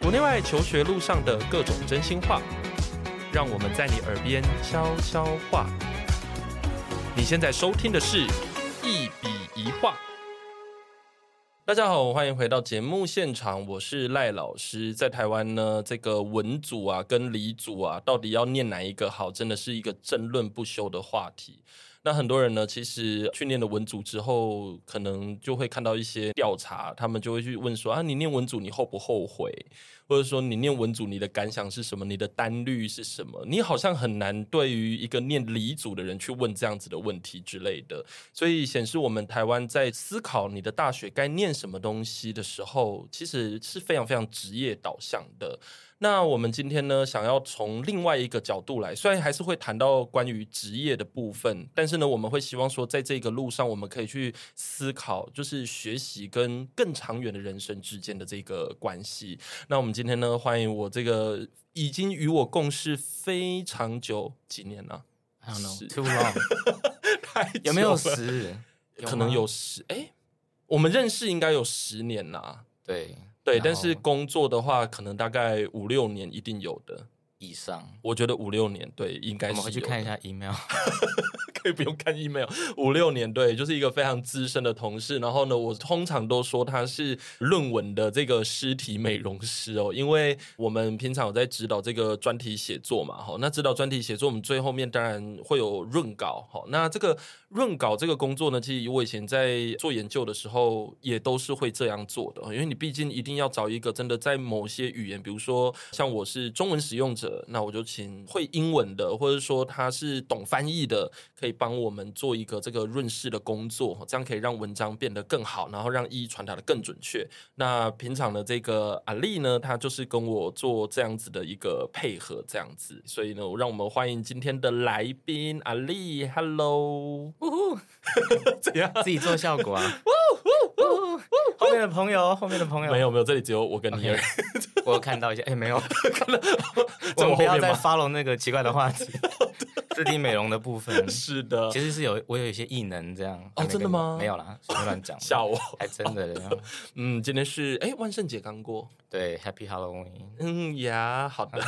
国内外求学路上的各种真心话，让我们在你耳边悄悄话。你现在收听的是《一笔一画》。大家好，欢迎回到节目现场，我是赖老师。在台湾呢，这个文组啊跟理组啊，到底要念哪一个好，真的是一个争论不休的话题。那很多人呢，其实去念了文组之后，可能就会看到一些调查，他们就会去问说啊，你念文组你后不后悔？或者说你念文组你的感想是什么？你的单率是什么？你好像很难对于一个念理组的人去问这样子的问题之类的。所以显示我们台湾在思考你的大学该念什么东西的时候，其实是非常非常职业导向的。那我们今天呢，想要从另外一个角度来，虽然还是会谈到关于职业的部分，但是呢，我们会希望说，在这个路上，我们可以去思考，就是学习跟更长远的人生之间的这个关系。那我们今天呢，欢迎我这个已经与我共事非常久几年啊了、 I don't 是 know, too long，太久了有没有十？吗可能有十哎、我们认识应该有十年啦。对对，然后但是工作的话，可能大概五六年一定有的。以上。我觉得五六年，对，应该我是们回去有看的一下 email， 可以不用看 email。五六年，对，就是一个非常资深的同事。然后呢，我通常都说他是论文的这个尸体美容师哦，因为我们平常有在指导这个专题写作嘛，哈。那指导专题写作，我们最后面当然会有润稿，哈。那这个润稿这个工作呢，其实我以前在做研究的时候，也都是会这样做的，因为你毕竟一定要找一个真的在某些语言，比如说像我是中文使用者，那我就请会英文的，或者说他是懂翻译的，可以帮我们做一个这个润饰的工作，这样可以让文章变得更好，然后让意义传达的更准确。那平常的这个阿丽呢，她就是跟我做这样子的一个配合，这样子，所以呢，我让我们欢迎今天的来宾阿丽，Hello，怎样？ 自己做效果 啊。后面的朋友，后面的朋友，没有没有，这里只有我跟你 OK 而已。我有看到一下，哎，没有， 我这么们后不要面再吗？ follow 那个奇怪的话 题，质地美容的部 分， 是的其，实是有我有一些异能这样。还没跟真的吗，没有啦，随便乱讲 吓我。还真 的这样。嗯，今天是哎万圣节刚过，对，Happy Halloween，嗯呀，好的，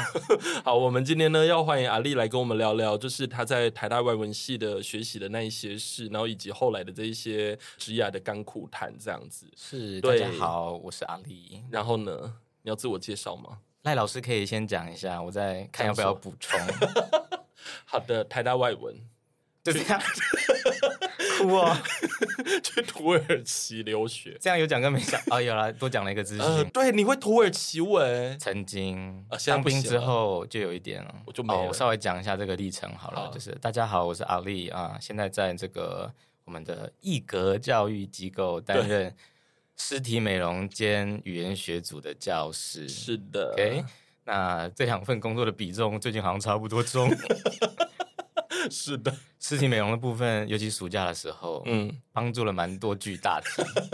好，我们今天呢要欢迎阿丽来跟我们聊聊，就是她在台大外文系的学习的那一些事，然后以及后来的这一些职涯的甘苦谈这样子。是大对家好，我是阿丽。然后呢，你要自我介绍吗？赖老师可以先讲一下，我再看要不要补充。好的，台大外文就这样， 哭哦。去土耳其留学，这样有讲跟没讲？哦，有了，多讲了一个资呃，讯。对，你会土耳其文，曾经啊现在当不行兵了之后就有一点了，我就没了哦我稍微讲一下这个历程好了好，就是大家好，我是阿丽啊，现在在这个我们的艺格教育机构担任尸体美容兼语言学组的教师。是的 OK，那这两份工作的比重最近好像差不多重。是的， 尸体美容的部分，尤其暑假的时候，嗯，帮助了蛮多巨大题。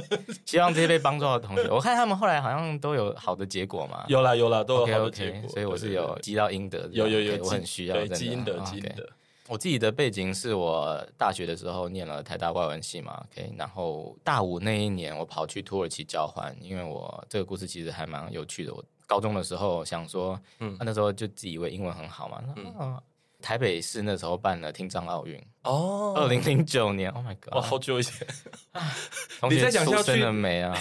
希望这些被帮助到的 同学，我看他们后来好像都有好的结果嘛。有啦有啦，都有 OK 好的结 OK，果，所以我是对对对有积到阴德的，有有有，对我基很需要对真的基因的啊基因 OK 的，我自己的背景是我大学的时候念了台大外文系嘛，OK，然后大五那一年我跑去土耳其交换，因为我这个故事其实还蛮有趣的。我高中的时候想说，嗯、那时候就自以为英文很好嘛，嗯、啊台北市那时候办了听障奥运，哦，二零零九年，Oh my 哇， God，好久以前，同学你再讲下去出生了没啊？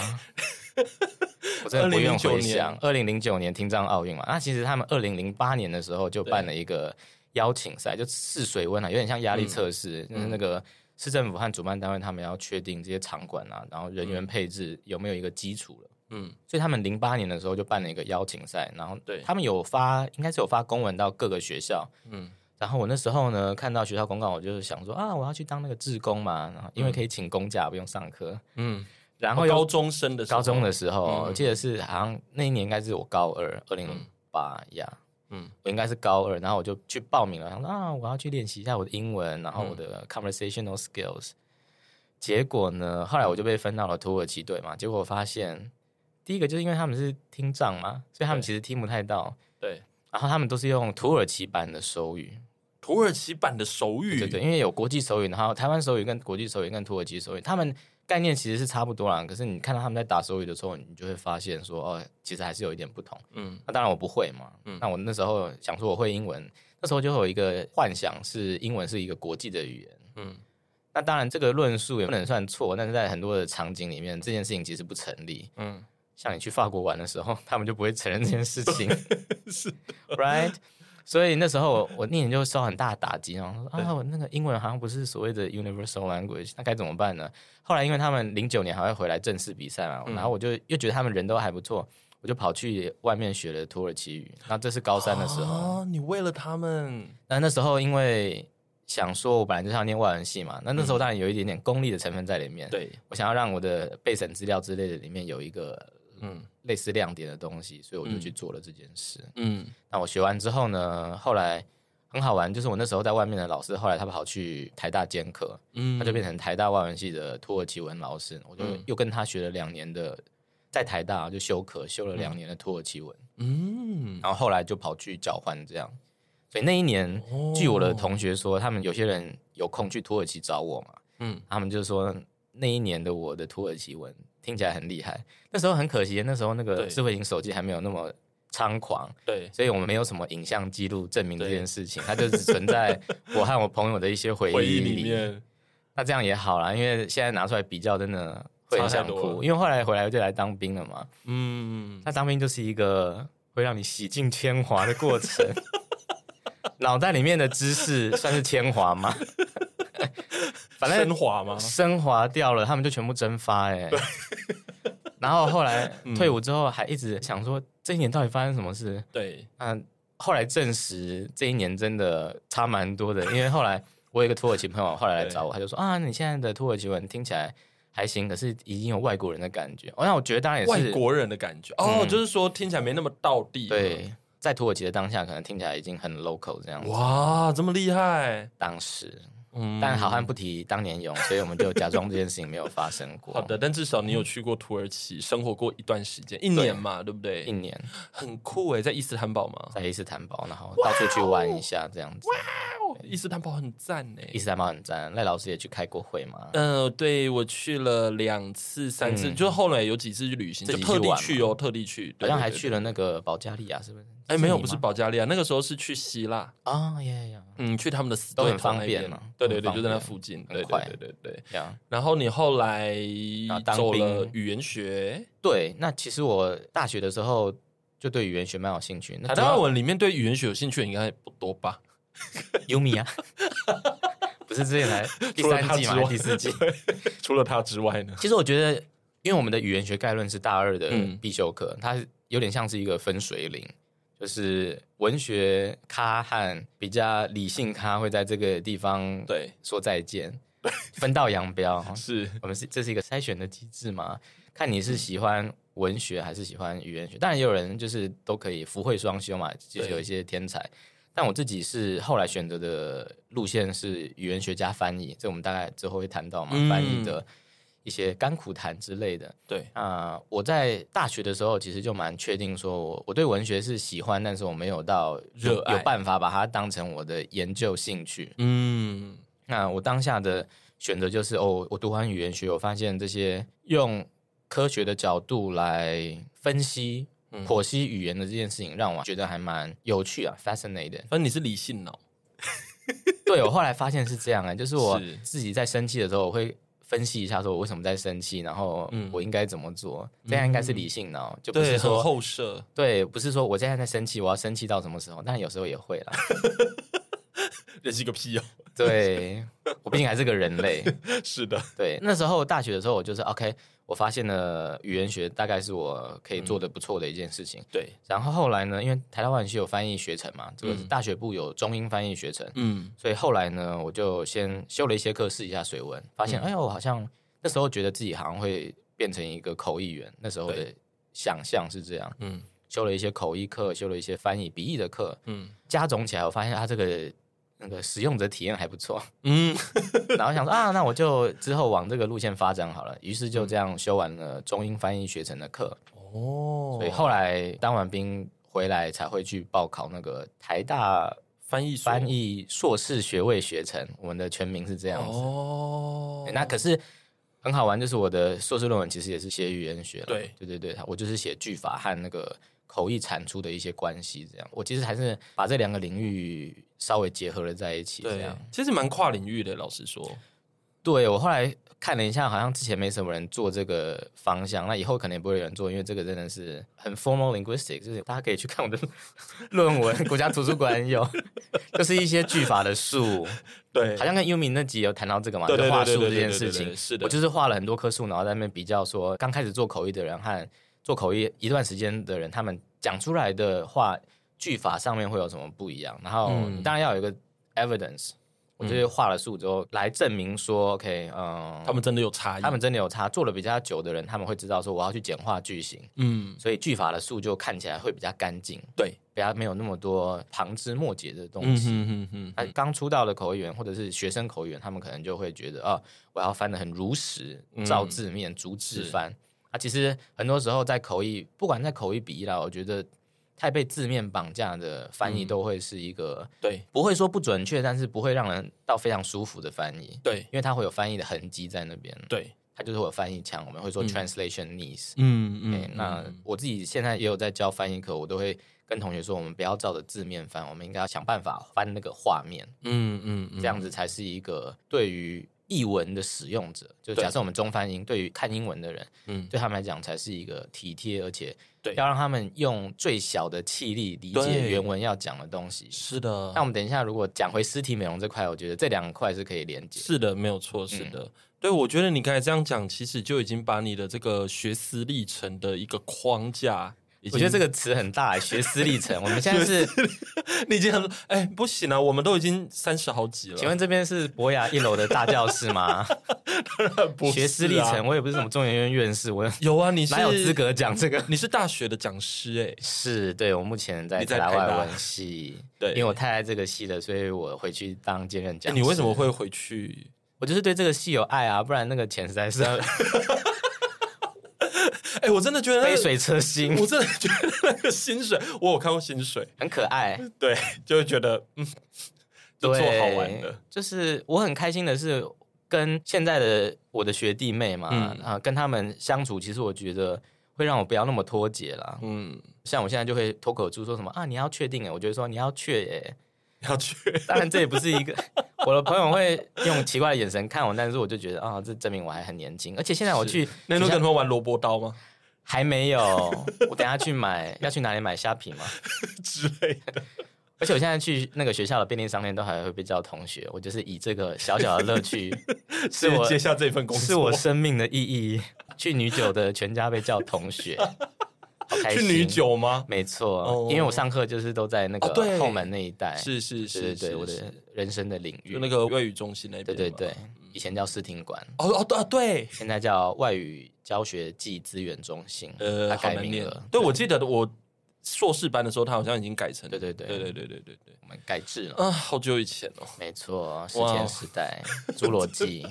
我真的不愿回想，二零零九年听障奥运嘛，那其实他们二零零八年的时候就办了一个邀请赛，就试水温啊，有点像嗯压力测试，就是那个市政府和主办单位他们要确定这些场馆啊，然后人员配置有没有一个基础了。 嗯，所以他们零八年的时候就办了一个邀请赛，然后对他们有发，应该是有发公文到各个学校，嗯嗯，然后我那时候呢看到学校公告，我就是想说啊，我要去当那个志工嘛，然后因为可以请公假，不用上课，嗯，然然后后又高中生的时候高中的时候，嗯我记得是好像那一年应该是我高二，二零零八呀，嗯嗯，我应该是高二，然后我就去报名了，想说啊，我要去练习一下我的英文，然后我嗯的 conversational skills。结果呢，后来我就被分到了土耳其队嘛，结果我发现，第一个就是因为他们是听障嘛，所以他们对其实听不太到，对然后他们都是用土耳其版的手语，土耳其版的手语，对对，因为有国际手语，然后台湾手语跟国际手语跟土耳其手语，他们概念其实是差不多啦。可是你看到他们在打手语的时候，你就会发现说，哦，其实还是有一点不同。嗯那当然我不会嘛，嗯那我那时候想说我会英文，那时候就会有一个幻想是英文是一个国际的语言。嗯那当然这个论述也不能算错，但是在很多的场景里面，这件事情其实不成立。嗯，像你去法国玩的时候，他们就不会承认这件事情，是 right。所以那时候我我念研就受到很大的打击，然后说对啊，我那个英文好像不是所谓的 universal language，那该怎么办呢？后来因为他们零九年还会回来正式比赛嘛，嗯然后我就又觉得他们人都还不错，我就跑去外面学了土耳其语。那这是高三的时候，啊，你为了他们，那、那时候因为想说我本来就是要念外文系嘛，那那时候当然有一点点功利的成分在里面，嗯对，我想要让我的备审资料之类的里面有一个嗯类似亮点的东西，所以我就嗯去做了这件事。嗯那我学完之后呢，后来很好玩，就是我那时候在外面的老师，后来他跑去台大兼课，嗯，他就变成台大外文系的土耳其文老师，我就嗯又跟他学了两年的，在台大就修课修了两年的土耳其文，嗯，然后后来就跑去交换这样，所以那一年。哦据我的同学说，他们有些人有空去土耳其找我嘛，嗯他们就说那一年的我的土耳其文听起来很厉害。那时候很可惜，那时候那个对智慧型手机还没有那么猖狂，对，所以我们没有什么影像记录证明这对件事情，它就只 存在我和我朋友的一些回回忆忆里面，那这样也好啦，因为现在拿出来比较，真的会很差想太多哭。了因为后来回来就来当兵了嘛，嗯，那当兵就是一个会让你洗尽铅华的过程。 脑袋里面的知识算是铅华吗？ 反正升华吗？升华掉了，他们就全部蒸发哎、然后后来退伍之后，还一直想说这一年到底发生什么事？对，嗯、后来证实这一年真的差蛮多的，因为后来我有一个土耳其朋友，后来来找我，他就说啊，你现在的土耳其文听起来还行，可是已经有外国人的感觉。哦，那我觉得当然也外是国人的感觉哦，嗯就是说听起来没那么道地，对，在土耳其的当下，可能听起来已经很 local 这样子。哇，这么厉害！当时，嗯但好汉不提当年勇，所以我们就假装这件事情没有发生过。 好的，但至少你有去过土耳其，生活过一段时间，一年嘛，对不一对？年。很酷欸诶，在伊斯坦堡嘛，在伊斯坦堡，然后到处去玩一下这样子。哦伊斯坦堡很赞诶。伊斯坦堡很赞，赖老师也去开过会嘛？嗯，对我去了两次、三次，嗯就是后来有几次去旅行，自就己特去地玩去哦，特地去，好对像还对对去了那个保加利亚，是不是？哎，没有，不你是吗保加利亚，那个时候是去希腊，啊，呀呀嗯，去他们的死都对很头方那便边嘛对对很对，方就在那便附近，很对对快对对对。呀，然后你后来啊当走了兵语言学，对。那其实我大学的时候就对语言学蛮有兴趣。那台主湾要文里面对语言学有兴趣的应该不多吧？优米啊， 不是之 前才第除了三他季之嘛，还外是第四季。 除了他之外呢？其实我觉得，因为我们的语言学概论是大二的嗯必修课，它有点像是一个分水岭，就是文学咖和比较理性咖会在这个地方对，说再见，分道扬镳。 啊是我们是这是一个筛选的机制嘛？看你是喜欢文学还是喜欢语言学，当然也有人就是都可以福慧双修嘛，就是有一些天才。但我自己是后来选择的路线是语言学家翻译，这我们大概之后会谈到嘛，嗯翻译的一些甘苦谈之类的。对，啊、我在大学的时候其实就蛮确定说我，我对文学是喜欢，但是我没有到热爱有办法把它当成我的研究兴趣。嗯，那我当下的选择就是，哦，我读完语言学，我发现这些用科学的角度来分析、嗯剖析语言的这件事情，让我觉得还蛮有趣啊，fascinated。反正你是理性脑，对我后来发现是这样啊，就是我是自己在生气的时候，我会分析一下，说我为什么在生气，然后嗯我应该怎么做，这样应该是理性脑，就不对，是很说后设，对，不是说我现在在生气，我要生气到什么时候？但有时候也会啦，人是个屁哦， 对我毕竟还是个人类。是的，对，那时候大学的时候，我就是 OK，我发现了语言学大概是我可以做嗯的不错的一件事情。对，然后后来呢，因为台大外语系有翻译学程嘛，这个嗯大学部有中英翻译学程，嗯所以后来呢，我就先修了一些课试一下水文，发现、嗯哎呦，我好像那时候觉得自己好像会变成一个口译员，那时候的对想象是这样。嗯修了一些口译课，修了一些翻译笔译的课，嗯加总起来，我发现它这个那个使用者体验还不错。嗯，然后想说啊，那我就之后往这个路线发展好了。于是嗯就这样修完了中英翻译学程的课，哦所以后来当完兵回来才会去报考那个台大翻译所翻译硕士学位学程，我们的全名是这样子。哦对，那可是很好玩，就是我的硕士论文其实也是写语言学啦，对对对对，我就是写句法和那个口译产出的一些关系，这样。我其实还是把这两个领域稍微结合了在一起，这对样。，其实蛮跨领域的，老实说，对我后来看了一下，好像之前没什么人做这个方向，那以后可能也不会有人做，因为这个真的是很 formal linguistic，就是大家可以去看我的 论文，国家图书馆有， 就是一些句法的树，对好像跟优米那集有谈到这个嘛，对就对画对树对这对件对事对情对，是的，我就是画了很多棵树，然后在那边比较说，刚开始做口译的人和做口译一段时间的人，他们讲出来的话句法上面会有什么不一样。然后嗯你当然要有一个 evidence，、我就是画了树之后来证明说，OK，嗯，他们真的有差异，他们真的有差。做的比较久的人，他们会知道说我要去简化句型，嗯，所以句法的树就看起来会比较干净，对，比较没有那么多旁枝末节的东嗯西。哼哼哼那哼，啊刚出道的口译员或者是学生口译员，他们可能就会觉得啊，我要翻的很如实，照字面、逐字嗯是翻。啊，其实很多时候在口译，不管在口译笔译啦，我觉得太被字面绑架的翻译嗯都会是一个、对不会说不准确，但是不会让人到非常舒服的翻译，对因为它会有翻译的痕迹在那边，对，它就是会有翻译腔，我们会说嗯 translation needs、嗯对，那我自己现在也有在教翻译课，我都会跟同学说，我们不要照着字面翻，我们应该要想办法翻那个画面，嗯嗯嗯这样子才是一个对于译文的使用者，就假设我们中翻英，对于看英文的人，嗯对他们来讲才是一个体贴，而且对要让他们用最小的气力理对解原文要讲的东西。是的，那我们等一下如果讲回尸体美容这块，我觉得这两块是可以连接。是的，没有错，是嗯的。对，我觉得你刚才这样讲，其实就已经把你的这个学思历程的一个框架，已我觉得这个个词很大、欸学思历程。我们现在是，你已经很哎、不行了、我们都已经三十好几了。请问这边是博雅一楼的大教室吗？ 不是啊学思历程，我也不是什么中研院院士，我有啊？你是哪有资？格讲这个？你是大学的讲师哎、是对我目前在你在台大台大外文系， 对因为我太爱这个系了，所以我回去当兼任哎讲师。你为什么？会回去？我就是对这个系有爱啊，不然那个钱实 在是要哎、我真的觉得那杯个水车薪，我真的觉得那个薪水，我有看过薪水，很可爱。对，就会觉得嗯，就做对好玩的，，就是我很开心的是跟现在的我的学弟妹嘛，啊、嗯跟他们相处，其实我觉得会让我不要那么脱节啦。嗯，像我现在就会脱口而出说什么啊，你要确定哎，我就会说你要确哎、要去 当然这也不是一个，我的朋友会用奇怪的眼神看我，但是我就觉得啊、这证明我还很年轻。而且现在我去那你都学校跟他们玩萝卜刀吗 还没有， 我等一下去买，要去哪里买虾皮吗？之类的？而且我现在去那个学校的便利商店都还会被叫同学，我就是以这个小小的乐 趣，是我接下这份工作，是我生命的意义。去女酒的全家被叫同学，好开去心。女，酒吗？没错，哦因为我上课就是都在那哦对个后门那一带，是是是哎对对对，是我的是人生的领域就，那个外语中心那边，对对对。，嗯以前叫视听馆，哦哦对啊对，现在叫外语教学暨资源中心，呃，它好改难名念了。。对，我记得我硕士班的时候，他好像已经改成，对对对对对对对对对。我们改制了，啊，好久以前 哦，没错，史哇哦前时 代，侏罗纪，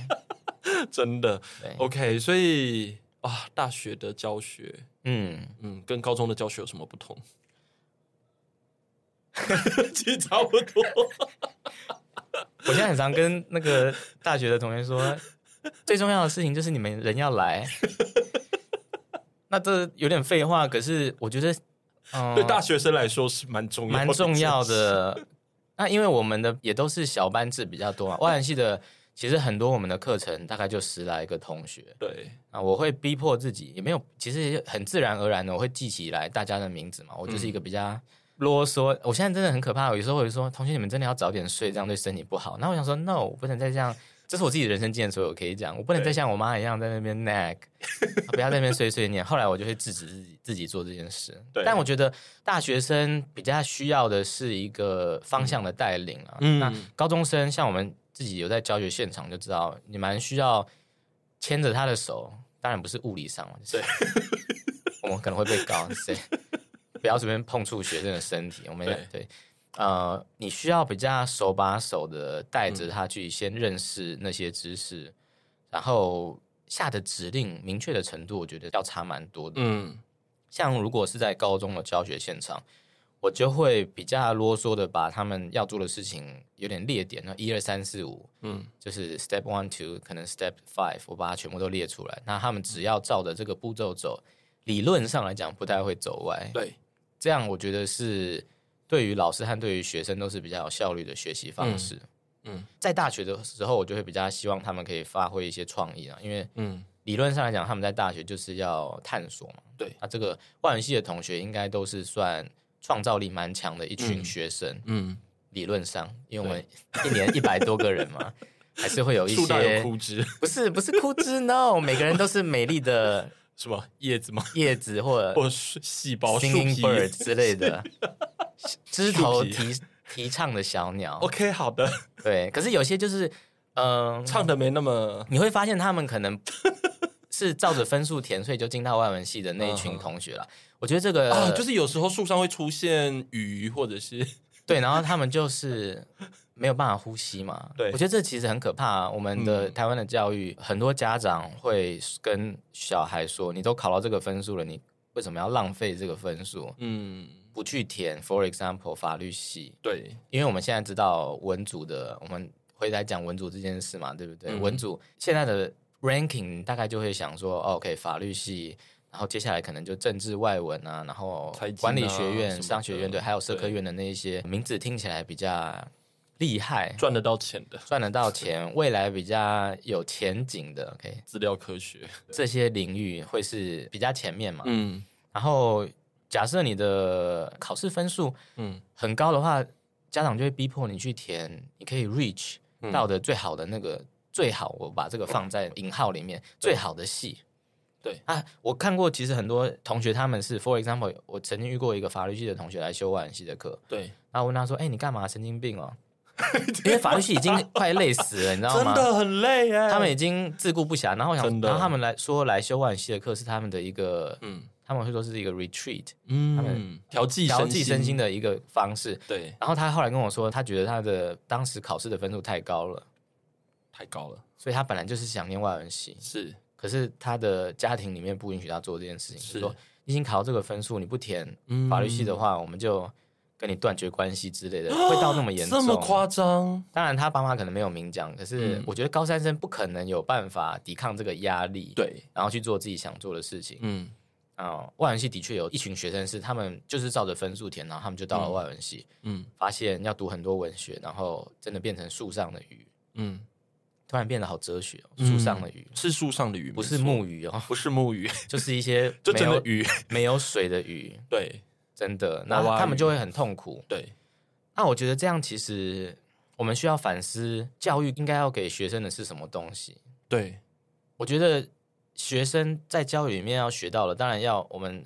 真的。对， OK，所以啊，大学的教学，嗯，嗯，跟高中的教学有什么不同？ 其实差不多。哦我现在很常跟那个大学的同学说，最重要的事情就是你们人要 来。那这有点废话，可是我觉得，嗯、对大学生来说是蛮重要，蛮重要。的。 那因为我们的也都是小班制比较多嘛，外语系的其实很多我们的课程大概就十来个同学对，啊，我会逼迫自己，也没有，其实很自然而然的我会记起来大家的名字嘛。我就是一嗯个比较啰嗦，我现在真的很可怕，有时候我就说同学你们真的要早点睡，这样对身体不好。那我想说，no，我不能再这样。这是我自己的人生经验，所以我可以讲，我不能再对像我妈一样在那边 nag，不要在那边碎碎念。后来我就会制止自己自己做这件事对。但我觉得大学生比较需要的是一个方向的带领啊。嗯那高中生像我们自己有在教学现场就知道，你蛮需要牵着他的手，当然不是物 理上嘛，就是我们可能会被告，谁 不要随便碰触学生的身体。我们对对。呃，你需要比较手把手的带着他去先认识那些知识，然后下的指令明确的程度，我觉得要差蛮多的。嗯，像如果是在高中的教学现场，我就会比较啰嗦的把他们要做的事情有点列点，那一二三四五，嗯，就是 step one two，可能 step five，我把它全部都列出来。那他们只要照着这个步骤走，理论上来讲不太会走歪。对，这样我觉得是对于老师和对于学生都是比较有效率的学习方式。嗯，嗯在大学的时候，我就会比较希望他们可以发挥一些创意啊，因为嗯。理论上来讲，他们在大学就是要探索嘛。对，那、啊、这个外文系的同学应该都是算创造力蛮强的一群学生。嗯，嗯理论上，因为我们一年一百多个人嘛，还是会有一些枯枝。 不是不是枯枝，no，每个人都是美丽的什么叶子吗？叶子或者或细胞、呃 singing bird 之类的，枝头提提倡的小鸟。 OK，好的。对，可是有些就是。嗯，唱的没那么，你会发现他们可 能是照着分数填，所以就进到外文系的那一群同学了。我觉得这个、嗯啊、就是有时候树上会出现鱼，或者是对，然后他们就是没有办法呼吸嘛。 对，我觉得这其实很可怕、啊。我们的台湾的教育，嗯、很多家长会跟小孩说：“你都考到这个分数了，你为什么要浪费这个分数？”嗯，不去填，for example，法律系。对，因为我们现在知道文组的我们。会来讲文组这件事嘛，对不对？嗯、文组现在的 ranking 大概就会想说、哦、，OK，法律系，然后接下来可能就政治、外文啊，然后管理学院、啊、商学院，对，还有社科院的那一些名字听起来比较厉害，赚得到钱的，赚得到钱，未来比较有前景的，OK，资料科学这些领域会是比较前面嘛，嗯，然后假设你的考试分数嗯很高的话，嗯、家长就会逼迫你去填，你可以 reach。嗯到的最好的那个最好，我把这个放在引号里面，最好的戏。对啊，我看过，其实很多同学他们是，for example，我曾经遇过一个法律系的同学来修外文系的课，对，然后问他说：“哎、欸，你干嘛？神经 病哦！”因为法律系已经快累死了，你知道吗？真的很累哎，他们已经自顾不暇。然后我想，然后他们来说来修外文系的课是他们的一个嗯。他们会说是一个 retreat，嗯，他们调剂调剂身心的一个方式。对，然后他后来跟我说，他觉得他的当时考试的分数太高了，太高了，所以他本来就是想念外文系，是，可是他的家庭里面不允许他做这件事情，是说你已经考到这个分数，你不填法律系的话，嗯、我们就跟你断绝关系之类的，会到那么严 重，这么夸嗯张？当然，他爸妈可能没有明讲，可是我觉得高三生不可能有办法抵抗这个压力，对，然后去做自己想做的事情，嗯。啊、呃，外文系的确有一群学生是他们就是照着分数填，然后他们就到了外文系，嗯，嗯发现要读很多文学，然后真的变成树上的鱼，嗯，突然变得好哲学、哦，树上的鱼、嗯、是树上的鱼，不是木鱼哦，不是木鱼，就是一些 就真的鱼，没有水的鱼，对，真的，那他们就会很痛苦，对。那我觉得这样其实我们需要反思，教育应该要给学生的是什么东西？对，我觉得。学生在教育里面要学到的，当然要我们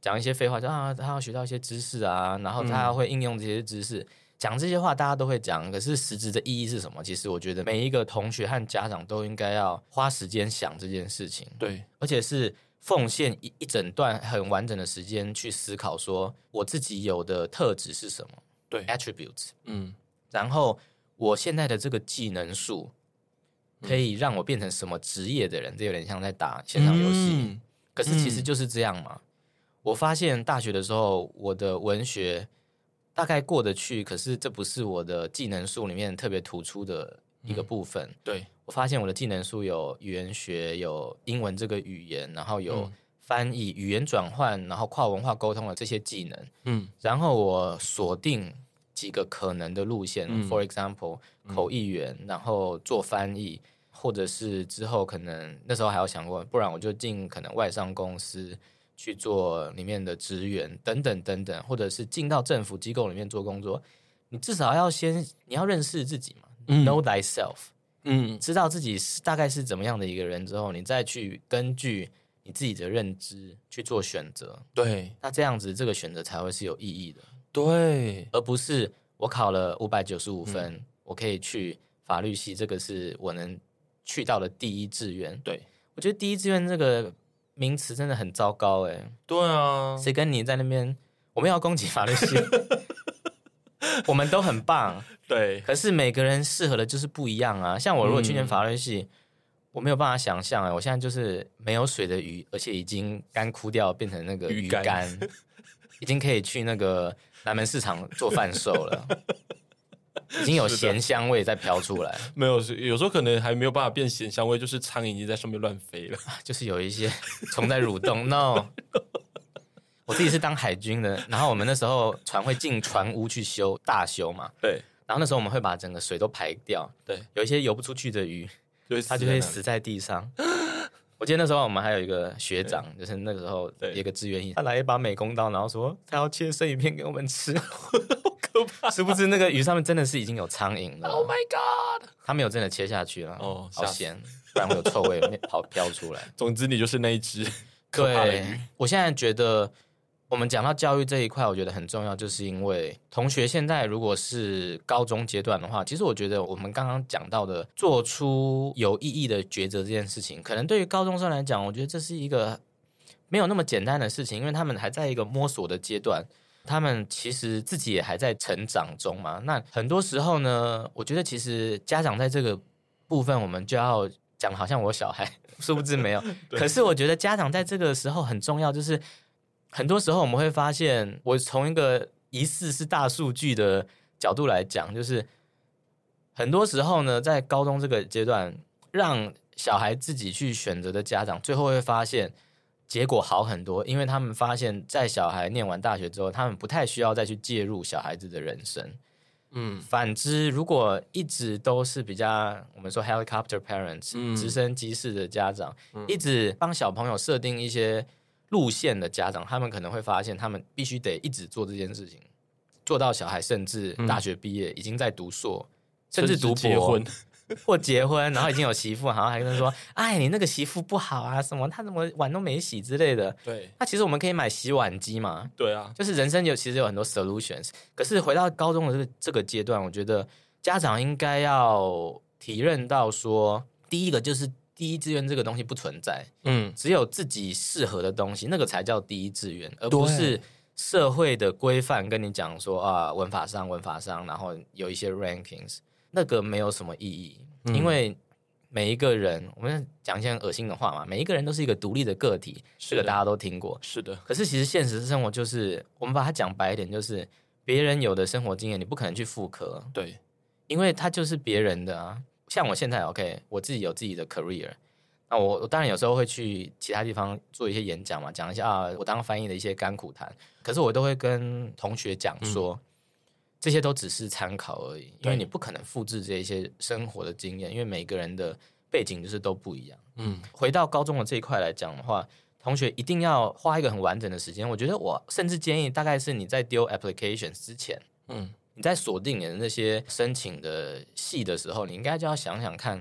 讲一些废话，就啊，他要学到一些知识啊，然后他会应用这些知识。嗯、讲这些话大家都会讲，可是实质的意义是什么？其实我觉得每一个同学和家长都应该要花时间想这件事情。对，而且是奉献一一整段很完整的时间去思考，说我自己有的特质是什么？对，attributes。嗯，然后我现在的这个技能数。可以让我变成什么职业的人？这有点像在打线上游戏，嗯、可是其实就是这样嘛。嗯、我发现大学的时候，我的文学大概过得去，可是这不是我的技能树里面特别突出的一个部分。嗯、对我发现我的技能树有语言学，有英文这个语言，然后有翻译、语言转换，然后跨文化沟通的这些技能。嗯，然后我锁定。几个可能的路线、嗯、，for example，、嗯、口译员，然后做翻译，或者是之后可能那时候还有想过，不然我就进可能外商公司去做里面的职员，等等等等，或者是进到政府机构里面做工作。你至少要先你要认识自己嘛、嗯、，know thyself，嗯，知道自己是大概是怎么样的一个人之后，你再去根据你自己的认知去做选择。对，那这样子这个选择才会是有意义的。对，而不是我考了五百九十五分，嗯、我可以去法律系，这个是我能去到的第一志愿。对，我觉得第一志愿这个名词真的很糟糕、欸，哎。对啊，谁跟你在那边？我们要攻击法律系，我们都很棒。对，可是每个人适合的就是不一样啊。像我如果去念法律系，嗯、我没有办法想象哎、我现在就是没有水的鱼，而且已经干枯掉，变成那个鱼鱼干干， 已经可以去那个南门市场做贩售了， 已经有是的咸香味在飘出来，没有，是有时候可能还没有办法变咸香味，就是苍蝇已经在上面乱飞了。 就是有一些虫在蠕动。No，我自己是当海军的，然后我们那时候船会进船屋去修大修嘛， 对然后那时候我们会把整个水都排掉，对，有一些游不出去的鱼，就会它就在会那里。死在地上。 我记得那时候我们还有一个学长，就是那个时候对一个志愿役，他来一把美工刀，然后说他要切生鱼片给我们吃， 好可怕！殊不知那个鱼上面真的是已经有苍蝇了。Oh my god！他没有真的切下去了，哦好吓死咸，不然会有臭味跑飘出来。总之，你就是那一只。可怕的对，我现在觉得我们讲到教育这一块，我觉得很重要，就是因为同学现在如果是高中阶段的话，其实我觉得我们刚刚讲到的做出有意义的抉择这件事情，可能对于高中生来讲，我觉得这是一个没有那么简单的事情，因为他们还在一个摸索的阶段。他们其实自己也还在成长中嘛。那很多时候呢，我觉得其实家长在这个部分，我们就要讲得好像我小孩， 殊不知没有。可是我觉得家长在这个时候很重要，就是很多时候我们会发现，我从一个疑似是大数据的角度来讲，就是很多时候呢，在高中这个阶段，让小孩自己去选择的家长，最后会发现结果好很多，因为他们发现，在小孩念完大学之后，他们不太需要再去介入小孩子的人生。 嗯反之，如果一直都是比较我们说 helicopter parents、嗯直升机式的家长，一直帮小朋友设定一些路线的家长，他们可能会发现，他们必须得一直做这件事情，做到小孩甚至大学毕业、已经在读硕，甚至读博嗯结婚，或结婚，然后已经有媳妇，然后还跟他说：“哎，你那个媳妇不好啊，什么她怎么碗都没洗之类的。对”那其实我们可以买洗碗机嘛， 对啊，就是人生有其实有很多 solutions，可是回到高中的这个这个阶段，我觉得家长应该要体认到说，第一个就是第一志愿这个东西不存在，嗯，只有自己适合的东西，那个才叫第一志愿，而不是社会的规范跟你讲说啊，文法上文法上，然后有一些 rankings，那个没有什么意义，嗯因为每一个人，我们讲一些很恶心的话嘛，每一个人都是一个独立的个体，是这个的大家都听过，是的，可是其实现实生活就是，我们把它讲白一点，就是别人有的生活经验，你不可能去复刻，对，因为它就是别人的啊。像我现在 OK，我自己有自己的 career，那我我当然有时候会去其他地方做一些演讲嘛，讲一下啊，我当翻译的一些甘苦谈。可是我都会跟同学讲说，这些都只是参考而已，因对为你不可能复制这一些生活的经验，因为每个人的背景就是都不一样。嗯回到高中的这一块来讲的话，同学一定要花一个很完整的时间。我觉得我甚至建议，大概是你在丢 application 之前，嗯，你在锁定你的那些申请的系的时候，你应该就要想想看，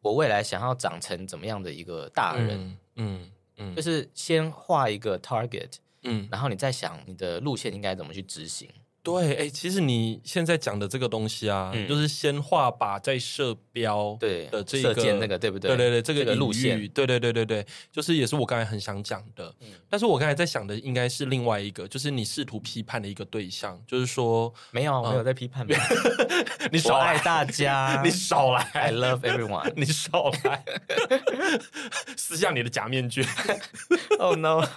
我未来想要长成怎么样的一个大人。嗯嗯就是先画一个 target，嗯，然后你再想你的路线应该怎么去执行。对，哎、其实你现在讲的这个东西啊，嗯就是先画靶再射标，对的，这一射箭个那个对不对？对对对，这个路隐喻线，，嗯对对对对对，就是也是我刚才很想讲的。但是我刚才在想的应该是另外一个，就是你试图批判的一个对象，就是 说没有啊，我没有在批判别 人，你我少爱来，，大嗯 家你少 I 来， love everyone。你少来，撕下你的假面具。 Oh no！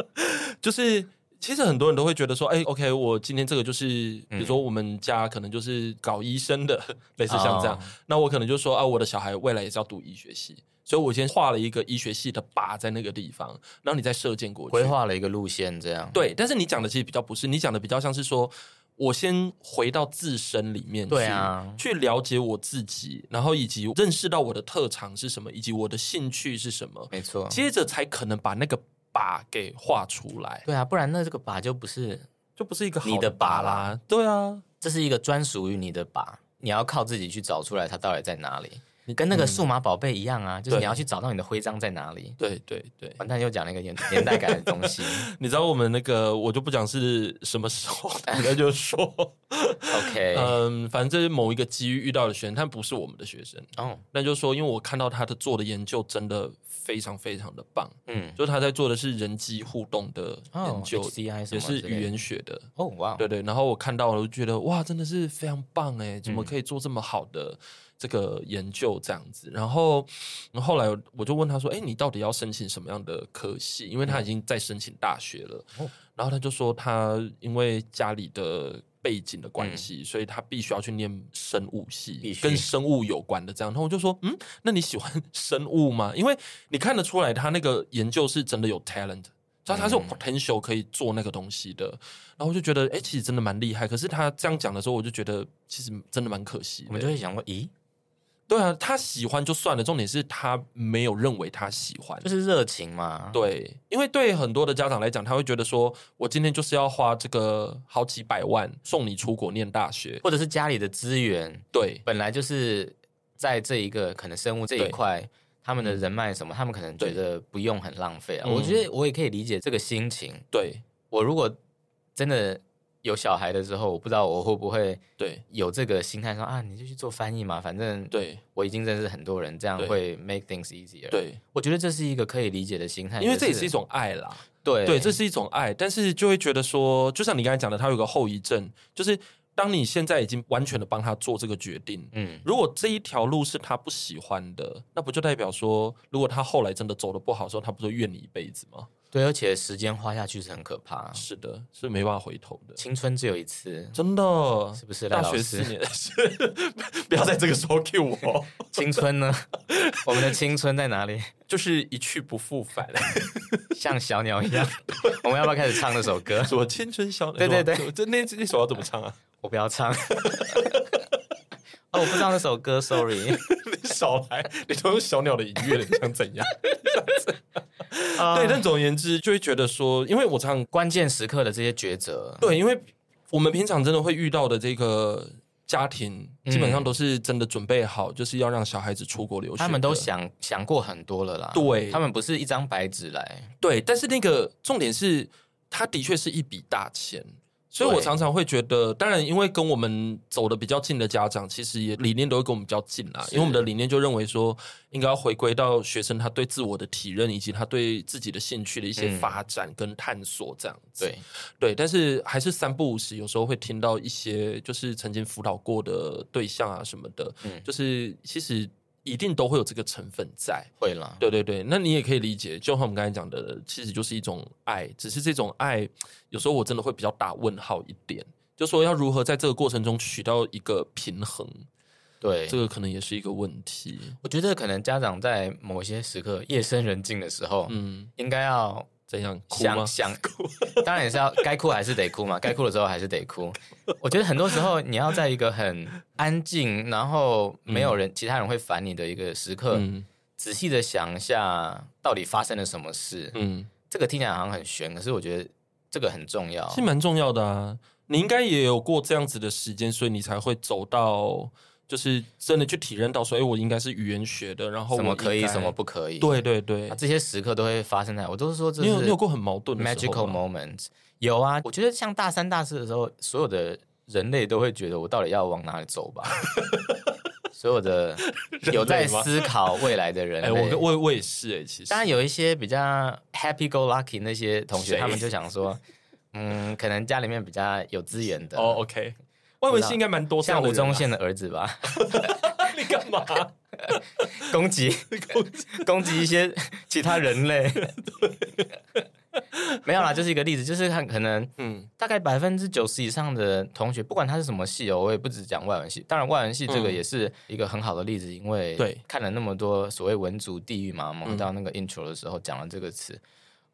就是其实很多人都会觉得说，哎、o k 我今天这个就是，比如嗯说我们家可能就是搞医生的，类似像这样哦，那我可能就说啊，我的小孩未来也是要读医学系，所以我先画了一个医学系的靶在那个地方，然后你再射箭过去。规划了一个路线，这样。对，但是你讲的其实比较不是，你讲的比较像是说。我先回到自身里面去，对啊去了解我自己，然后以及认识到我的特长是什么，以及我的兴趣是什么，没错，接着才可能把那个靶给画出来。对啊，不然那这个靶就不是，就不是一个好你的靶靶啦。对啊，这是一个专属于你的靶，你要靠自己去找出来它到底在哪里。你跟那个嗯数码宝贝一样啊，就是对你要去找到你的徽章在哪里。对对对，完蛋，又讲了一个年年代感的东 西。你知道我们那个我就不讲是什么时候， 大家就说， OK，嗯，反正这是某一个机遇遇到的学生，他不是我们的学生，哦，那就说，因为我看到他的做的研究真的非常非常的棒，嗯，就他在做的是人机互动的研究，哦 HCI 什也么是之类语的言学的。哦，哇，对对，然后我看到了，我就觉得哇，真的是非常棒哎，怎么嗯可以做这么好的这个研究这样子？然后，然后后来我就问他说：“哎，你到底要申请什么样的科系？”因为他已经在申请大学了。嗯哦然后他就说，他因为家里的背景的关系，所以他必须要去念生物嗯必系，须跟生物有关的这样。然后我就说：“嗯，那你喜欢 生物吗？”因为你看得出来，他那个研究是真的有 talent。所以他是有嗯 potential 可以做那个东西的，然后我就觉得，哎、其实真的蛮厉害。可是他这样讲的时候，我就觉得其实真的蛮可惜的。我们就会想说，咦，对啊，他喜欢就算了，重点是他没有认为他喜欢。就是热情嘛，，对，因为对很多的家长来讲，他会觉得说，我今天就是要花这个好几百万送你出国念大学。或者是家里的资源对本来就是在这一个可能生物这一块。他们的人脉什么，他们可能觉得不用很浪费啊。嗯我觉得我也可以理解这个心情。对我如果真的有小孩的时候，我不知道我会不会对有这个心态说啊，你就去做翻译嘛，反正对我已经认识很多人，这样对会 make things easier。，对，我觉得这是一个可以理解的心态，因为可这也是一种爱啦。哎对对，这是一种爱，但是就会觉得说，就像你刚才讲的，他有个后遗症，就是当你现在已经完全的帮他做这个决定，嗯如果这一条路是他不喜欢的，那不就代表说，如果他后来真的走的不好的时候，他不就怨你一辈子吗？对，而且时间花下去是很可怕，是的，是没办法回头的，青春只有一次，啊真的。是不是？大赖老学师四，年 是，不要在这个时候 cue 我，青春 呢？我们的青春在哪里？就是一去不复 返。像小鸟一 样，我们要不要开始唱那首歌？什么青春小，对对对什么，这那那首要怎么唱 啊？我不要唱。哦，我不知道那首歌，sorry。 你少来，你都用小鸟的音乐了，你想怎 样？对，对但总而言之，就会觉得说，因为我常常关键时刻的这些抉择，对，因为我们平常真的会遇到的这个家庭，嗯基本上都是真的准备好，就是要让小孩子出国留学的。他们都想想过很多了啦。对他们不是一张白纸来，对，但是那个重点是，它的确是一笔大钱。所以我对常常会觉得，当然，因为跟我们走的比较近的家长，其实也理念都会跟我们比较近啦。是因为我们的理念就认为说，应该要回归到学生他对自我的体认，以及他对自己的兴趣的一些嗯发展跟探索这样子。对，对，但是还是三不五时，有时候会听到一些就是曾经辅导过的对象啊什么的，嗯就是其实一定都会有这个成分在。会啦。对对对，那你也可以理解，就像我们刚才讲的，其实就是一种爱，只是这种爱有时候我真的会比较打问号一点，就说要如何在这个过程中取到一个平衡，对，这个可能也是一个问题。我觉得可能家长在某些时刻夜深人静的时候，嗯，应该要怎样哭吗想？想哭， 当然也是要该哭还是得哭嘛，该哭的时候还是得哭。我觉得很多时候你要在一个很安静，然后没有人、其他人会烦你的一个时刻，嗯仔细的想一下到底发生了什么事。嗯，这个听起来好像很悬，可是我觉得这个很重要。是蛮重要的啊。你应该也有过这样子的时间，所以你才会走到，就是真的去体认到说，哎、我应该是语言学的，然后我什么可应以，该什么不可以？对对对啊，，这些时刻都会发生在我都是说这你有你是有过很矛盾的时 magical 候啊吗？ moment。有啊，我觉得像大三、大四的时候，所有的人类都会觉得我到底要往哪里走 吧。所有的有在思考未来的人哎、类，我跟我我也是哎、其实当然有一些比较 happy go lucky 那些同学，谁他们就想说， 嗯，可能家里面比较有资源的，哦，OK，外文系应该蛮多这样像的吴人啊宗宪的儿子吧， 你干嘛？攻击攻击一些其他人 类。 没有啦，就是一个例子，就是看可能 嗯大概百分之九十以上的同学，不管他是什么系哦，我也不只讲外文系。当然，外文系这个嗯也是一个很好的例子，因为对嗯看了那么多所谓文族地域嘛，我们回到那个 intro 的时候讲了这个词，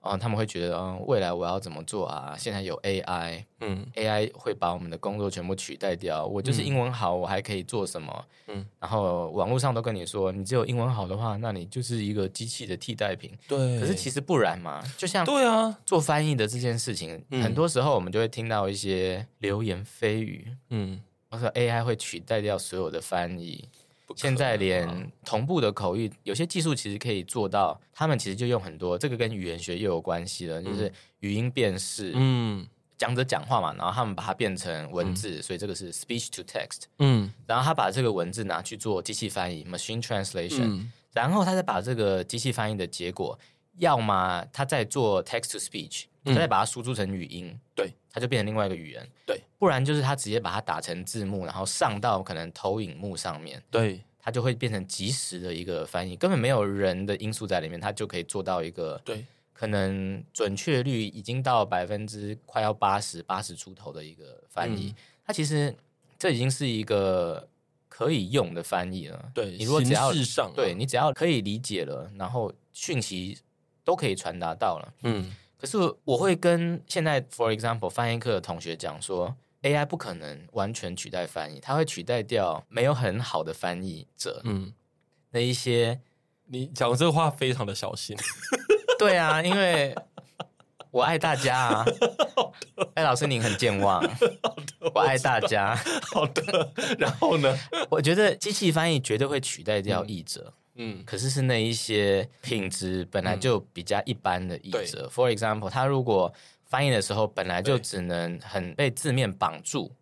嗯、他们会觉得，嗯、未来我要怎么做啊？现在有 AI，AI 嗯会把我们的工作全部取代掉。我就是嗯英文好，我还可以做什么？嗯嗯，然后网络上都跟你说，你只有英文好的话，那你就是一个机器的替代品。对。可是其实不然嘛，就像对啊，做翻译的这件事情，嗯很多时候我们就会听到一些流言蜚语，嗯，或者 AI 会取代掉所有的翻译。现在啊连同步的口译，有些技术其实可以做到，他们其实就用很多，这个跟语言学又有关系了，就是语音辨识。嗯讲者讲话嘛，然后他们把它变成文字，所以这个是 speech to text。嗯然后他把这个文字拿去做机器翻译 （machine translation），、嗯然后他再把这个机器翻译的结果，要么他再做 text to speech，他再把它输出成语音，嗯对，它就变成另外一个语言，对。不然就是他直接把它打成字幕，然后上到可能投影幕上面，对它就会变成即时的一个翻译，根本没有人的因素在里面，它就可以做到一个对，可能准确率已经到百分之快要八十八十出头的一个翻译，嗯它其实这已经是一个可以用的翻译了。对你如果只要形式上啊嗯对你只要可以理解了，然后讯息都可以传达到了。嗯可是我会跟现在，for example，翻译课的同学讲说，AI 不可能完全取代翻译，它会取代掉没有很好的翻译者嗯，那一些。你讲这话非常的小心， 对啊，因为我爱大家啊。哎，老师您很健忘，我爱大家。好的。然后呢？我觉得机器翻译绝对会取代掉译者，嗯可是是那一些品质本来就比较一般的译者。For example，他如果翻译的时候本来就对只能很被字面绑住，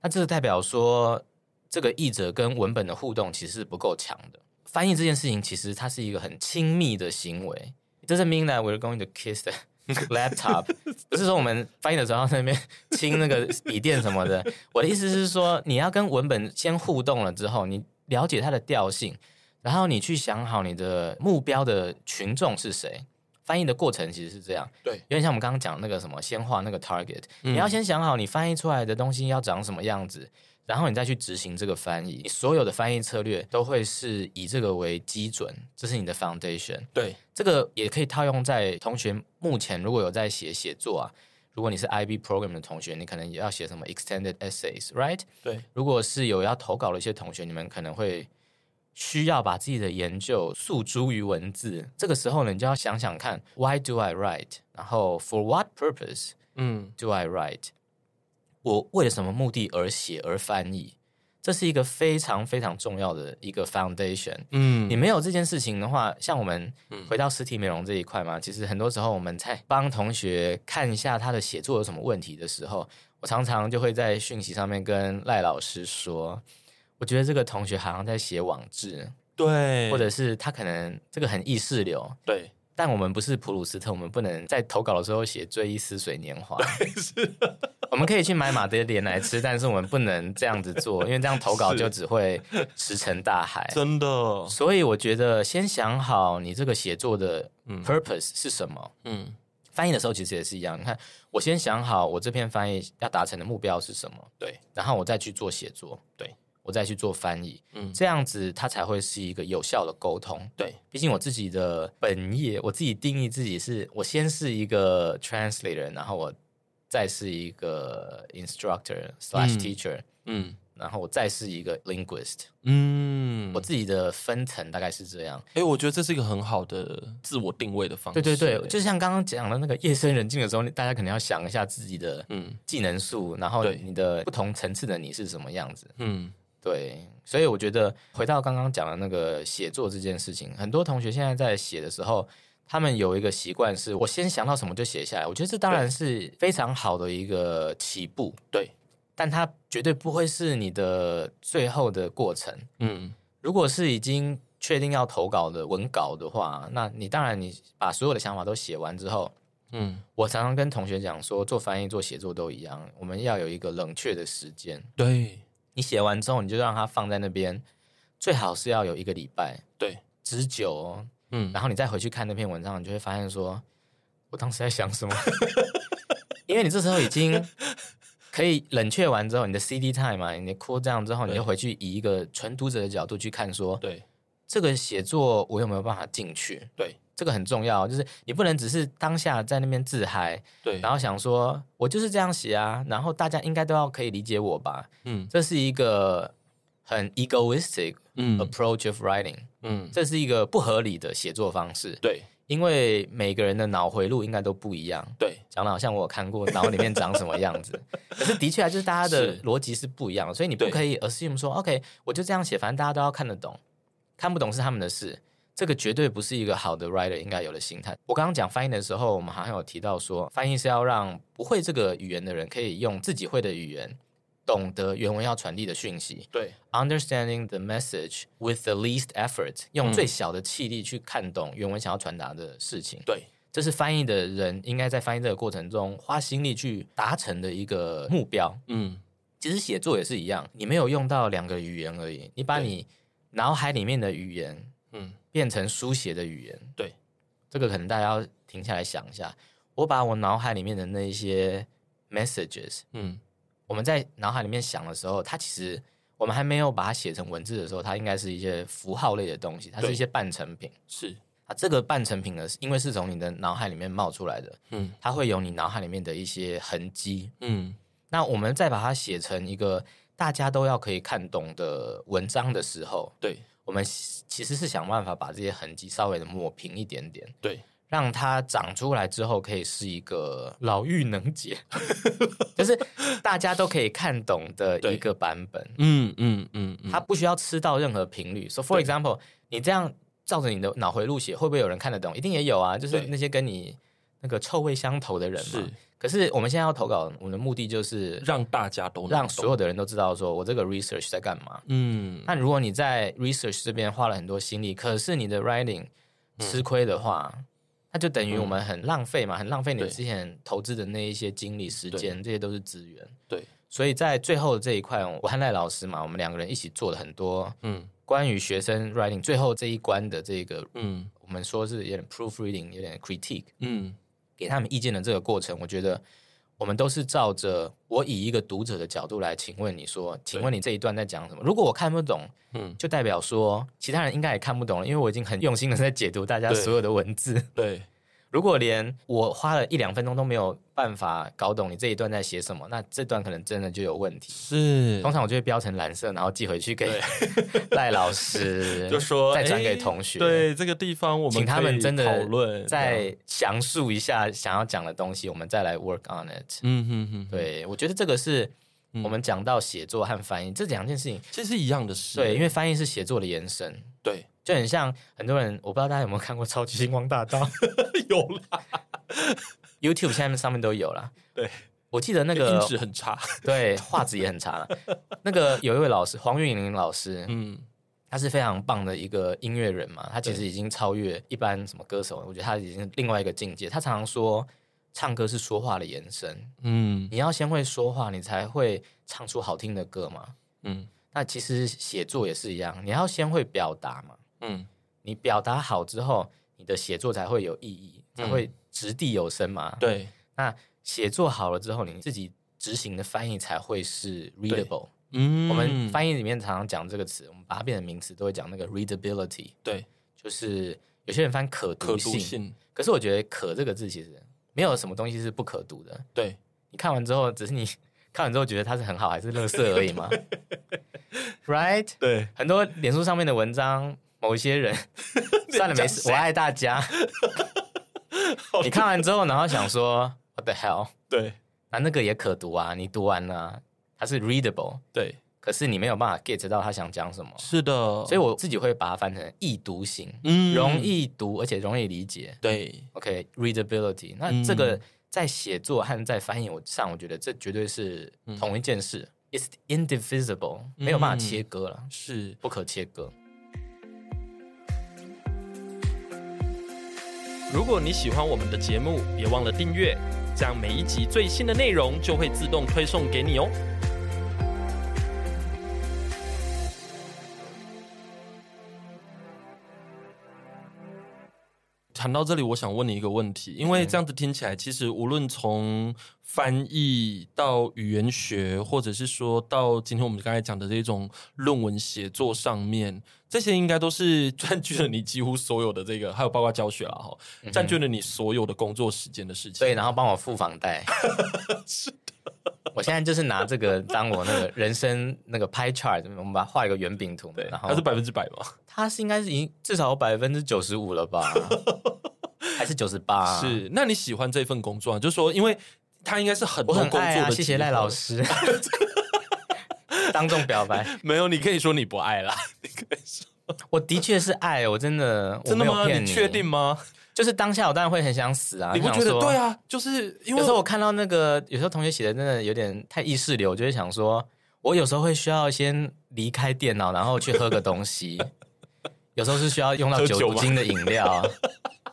那这个代表说这个译者跟文本的互动其实是不够强的。翻译这件事情其实它是一个很亲密的行为。It doesn't mean that we're going to kiss the laptop，不是 说我们翻译的时候在那边亲那个笔电什么的。我的意思是说，你要跟文本先互动了之后，你了解它的调性，然后你去想好你的目标的群众是谁。翻译的过程其实是这样，对有点像我们刚刚讲那个什么，先画那个 target，、嗯你要先想好你翻译出来的东西要长什么样子，然后你再去执行这个翻译。你所有的翻译策略都会是以这个为基准，这是你的 foundation。对这个也可以套用在同学目前如果有在写写作啊，如果你是 IB program 的同学，你可能也要写什么 extended essays，right？对，如果是有要投稿的一些同学，你们可能会需要把自己的研究诉诸于文字。这个时候呢，你就要想想看，Why do I write？然后 For what purpose？嗯 do I write？我为了什么目的而写而翻译？这是一个非常非常重要的一个 foundation。嗯你没有这件事情的话，像我们嗯回到实体美容这一块嘛，其实很多时候我们在帮同学看一下他的写作有什么问题的时候，我常常就会在讯息上面跟赖老师说，我觉得这个同学好像在写网志，对，或者是他可能这个很意识流， 对但我们不是普鲁斯特，我们不能在投稿的时候写《追忆似水年华》。我们可以去买马德莲来吃，但是我们不能这样子做，因为这样投稿就只会石沉大海。真的，所以我觉得先想好你这个写作的 purpose 是什么。嗯翻译的时候其实也是一样，你看我先想好我这篇翻译要达成的目标是什么，对，然后我再去做写作，对我再去做翻译，嗯这样子它才会是一个有效的沟通。对毕竟我自己的本业，我自己定义自己是，我先是一个 translator，然后我再是一个 instructor slash teacher，、嗯然后我再是一个 linguist、嗯我自己的分层大概是这样。哎、我觉得这是一个很好的自我定位的方式。欸对对对，诶就像刚刚讲的那个夜深人静的时候，大家可能要想一下自己的嗯技能数，然后对你的不同层次的你是什么样子。嗯对，所以我觉得回到刚刚讲的那个写作这件事情，很多同学现在在写的时候，他们有一个习惯是，我先想到什么就写下来。我觉得这当然是非常好的一个起步，对，但它绝对不会是你的最后的过程。嗯如果是已经确定要投稿的文稿的话，那你当然你把所有的想法都写完之后，嗯，我常常跟同学讲说，做翻译、做写作都一样，我们要有一个冷却的时间。对你写完之后，你就让它放在那边，最好是要有一个礼拜对，之久、哦，嗯然后你再回去看那篇文章，你就会发现说，我当时在想什么，因为你这时候已经可以冷却完之后，你的 CD time 嘛，你的 cool down 之后，你就回去以一个纯读者的角度去看说，对这个写作我有没有办法进去，对这个很重要，哦就是你不能只是当下在那边自嗨，对，然后想说我就是这样写啊，然后大家应该都要可以理解我吧，嗯这是一个很 egoistic 嗯 approach of writing，、嗯，这是一个不合理的写作方式，对因为每个人的脑回路应该都不一样。对讲的好像我有看过脑里面长什么样 子，可是的确啊，就是大家的是逻辑是不一样的，所以你不对可以 assume 说 OK，我就这样写，反正大家都要看得懂，看不懂是他们的事。这个绝对不是一个好的 writer 应该有的心态。我刚刚讲翻译的时候，我们好像有提到说，翻译是要让不会这个语言的人可以用自己会的语言，懂得原文要传递的讯息。对，understanding the message with the least effort，用嗯最小的气力去看懂原文想要传达的事情。对，这是翻译的人应该在翻译这个过程中花心力去达成的一个目标。嗯，其实写作也是一样，你没有用到两个语言而已，你把对你脑海里面的语言嗯，变成书写的语言。对，这个可能大家要停下来想一下。我把我脑海里面的那一些 messages，嗯，我们在脑海里面想的时候，它其实我们还没有把它写成文字的时候，它应该是一些符号类的东西，它是对一些半成品。是，啊，这个半成品呢，因为是从你的脑海里面冒出来的，嗯它会有你脑海里面的一些痕迹。嗯，那我们再把它写成一个大家都要可以看懂的文章的时候，对我们其实是想办法把这些痕迹稍微的抹平一点点，对，让它长出来之后可以是一个老妪 能解，就是大家都可以看懂的一个版本，嗯嗯嗯嗯，它不需要吃到任何频率。So for 对 example，你这样照着你的脑回路写，会不会有人看得懂？一定也有啊，就是对那些跟你那个臭味相投的人嘛。是可是我们现在要投稿，我们的目的就是让大家都能让懂所有的人都知道，说我这个 research 在干嘛。嗯那如果你在 research 这边花了很多心力，可是你的 writing 嗯吃亏的话，那就等于我们很浪费嘛，很浪费你对之前投资的那一些精力、时间，这些都是资源。对，所以在最后这一块，我和赖老师嘛，我们两个人一起做了很多嗯关于学生 writing 最后这一关的这个，嗯我们说是有点 proofreading，有点 critique，嗯，给他们意见的这个过程，我觉得我们都是照着我以一个读者的角度来，请问你说，请问你这一段在讲什么？如果我看不懂，嗯嗯，就代表说其他人应该也看不懂了，因为我已经很用心的在解读大家对所有的文字。对如果连我花了一两分钟都没有办法搞懂你这一段在写什么，那这段可能真的就有问题。是通常我就会标成蓝色，然后寄回去给 赖老师， 就说再转哎给同学。对这个地方，我们请他可们以真的讨论，这样再详述一下想要讲的东西，我们再来 work on it。嗯哼哼，对，对，我觉得这个是我们讲到写作和翻译、这两件事情。其实是一样的事，对，因为翻译是写作的延伸，对就很像很多人，我不知道大家有没有看过《超级星光大道》 有了，YouTube 现在上面都有啦。对，我记得那那个个音质很差，对画质也很差了。那个有一位老师黄韵玲老师，嗯他是非常棒的一个音乐人嘛，他其实已经超越一般什么歌手，我觉得他已经是另外一个境界。他常常说，唱歌是说话的延伸，嗯你要先会说话，你才会唱出好听的歌嘛。嗯那其实写作也是一样，你要先会表达嘛。嗯，你表达好之后，你的写作才会有意义，才会掷地有声嘛。，嗯对，写作好了之后，你自己执行的翻译才会是 readable。嗯我们翻译里面常常讲这个词，我们把它变成名词，都会讲那个 readability，对就是有些人翻可可读性，读性，可是我觉得“可”这个字其实没有什么东西是不可读的。对你看完之后，只是你 看完之后觉得它是很好还是垃圾而已 嘛，right？对很多脸书上面的文章，某 一些人算了，没事，我爱大家。你看完之后，然后想说 What the hell？对那那个也可读啊，你读完了、它是 readable，对，可是你没有办法 get 到他想讲什么，是的，所以我自己会把它翻成易读型，嗯容易读而且容易理解。对 OK，readability、那嗯这个在写作和在翻译我上，我觉得这绝对是嗯同一件事、i t s indivisible，没有办法切割了，是，不可切割。如果你喜欢我们的节目，别忘了订阅，这样每一集最新的内容就会自动推送给你哦。谈到这里，我想问你一个问题，因为这样子听起来，其实无论从翻译到语言学，或者是说到今天我们刚才讲的这种论文写作上面，这些应该都是占据了你几乎所有的这个，还有包括教学了哈，占据了你所有的工作时间的事情。对，然后帮我付房 贷。是的，我现在就是拿这个当我那个人生那个 pie chart，我们把它画一个圆饼图嘛，对，然后它是百分之百嘛？它是应该是已经至少有百分之九十五了 吧，还是九十八？，啊是，那你喜欢这份工作、啊？就是说，因为它应该是很我多很工作爱啊，的，谢谢赖老。师， 当众表白。没有，你可以说你不爱啦，你可以说我的确是爱，我真的真的我没吗？有骗你确定吗？就是当下我当然会很想死啊！你不想觉得说对啊？就是因有为时候我看到那个，有时候同学写的真的有点太意识流，我就会想说，我有时候会需要先离开电脑，然后去喝个 东西，有时候是需要用到喝酒酒吗精的饮 料，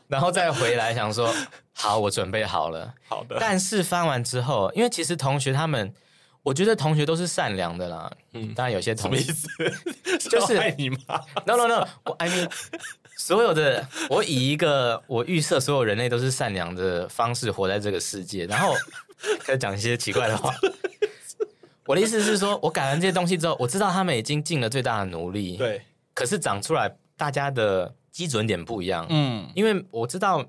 然后再回来想说，好，我准备好了。好的，但是翻完之后，因为其实同学他们，我觉得同学都是善良的啦。嗯嗯，当然有些什同么意学思？就是要爱 你吗？ ，no no no，我 I mean，所有的我以一个我预设所有人类都是善良的方式活在这个世界，然后开始讲一些奇怪的话。我的意思是说，我改完这些东西之后，我知道他们已经尽了最大的努力，。对，可是长出来，大家的基准点不一样，嗯因为我知道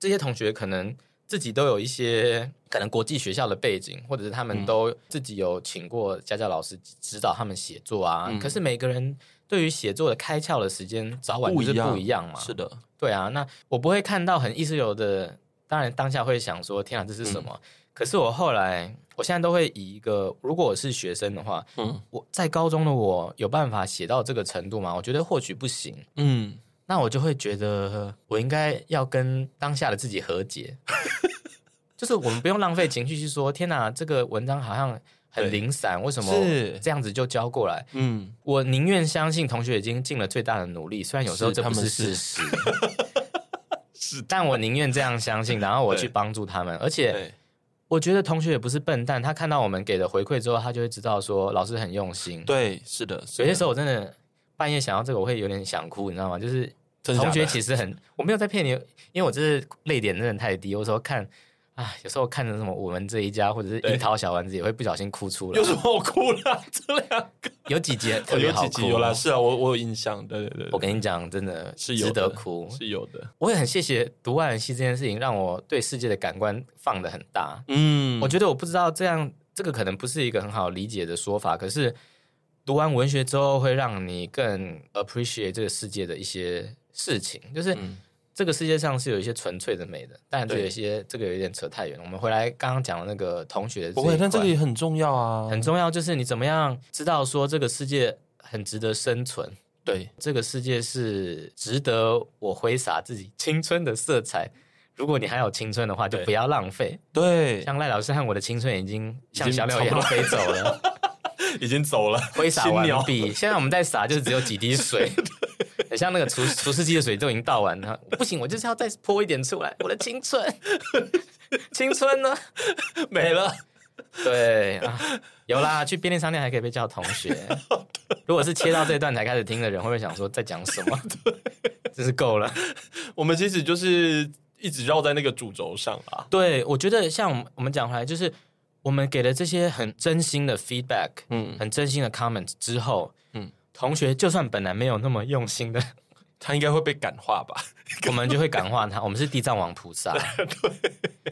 这些同学可能自己都有一些可能国际学校的背景，或者是他们都自己有请过家教老师指导他们写作啊。嗯可是每个人对于写作的开窍的时间早晚就是不一样嘛。是的，对啊。那我不会看到很意识流的，当然当下会想说天啊这是什么？可是我后来，我现在都会以一个如果我是学生的话，嗯我在高中的我有办法写到这个程度吗？我觉得或许不行。嗯，那我就会觉得我应该要跟当下的自己和解， 就是我们不用浪费情绪去说天哪，这个文章好像很零散，为什么是这样子就交过来？嗯，我宁愿相信同学已经尽了最大的努力，虽然有时候是这不他们是是事 实，但我宁愿这样相信，然后我去帮助他们。而且对我觉得同学也不是笨蛋，他看到我们给的回馈之后，他就会知道说老师很用心。对，是的，是有些时候候我真的半夜想到这个，我会有点想哭，你知道吗？就是同同学其实很，我没有在骗你，因为我这是泪点真的太低。我有时候看，啊，有时候看着什么我们这一家或者是对樱桃小丸子，也会不小心哭出来有。什么好哭啦？这两个有几集特别有好几哭集，有啦，是啊，我我有印象，对对对我对，跟你讲，真的是有值的得哭。是有的，我也很谢谢读万人戏这件事情，让我对世界的感官放的很大。嗯我觉得我不知道这样，这个可能不是一个很好理解的说法，可是读完文学之后，会让你更 appreciate 这个世界的一些事情，就是。嗯这个世界上是有一些纯粹的美的，但这对有一些这个有点扯太远了。我们回来刚刚讲的那个同学的不会，一但这个块也很重要啊，很重要，就是你怎么样知道说这个世界很值得生存，对，这个世界是值得我挥洒自己青春的色彩。如果你还有青春的话，就对不要浪费。对，像赖老师和我的青春已经像已经小鸟一差不多样飞走了， 已经走了，挥洒青完鸟毕。现在我们在洒，就是只有几 滴水，很像那个除除湿机的水都已经倒完了。不行，我就是要再泼一点出来，我的 青春，青春呢？没了，对、啊，有啦，去便利商店还可以被叫同 学。如果是切到这段才开始听的人，会不会想说在讲 什么？真是够了。我们其实就是一直绕在那个主轴上啊，对，我觉得像我们我们讲回来，就是我们给了这些很真心的 feedback，嗯，很真心的 comment 之后，嗯嗯，同学就算本来没有那么用心的 他应该会被感化吧？ 我们就会感化他，我们是地藏王菩萨，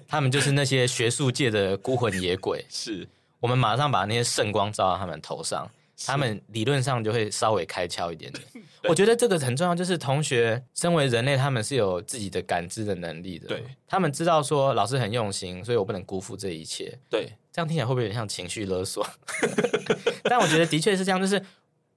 他们就是那些学术界的孤魂野鬼，是，我们马上把那些圣光照到他们头上，他们理论上就会稍微开窍一点 点。我觉得这个很重要，就是同学身为人类，他们是有自己的感知的能力的，对，他们知道说老师很用心，所以我不能辜负这一切。对，这样听起来会不会有点像情绪勒索？ 但我觉得的确是这样，就是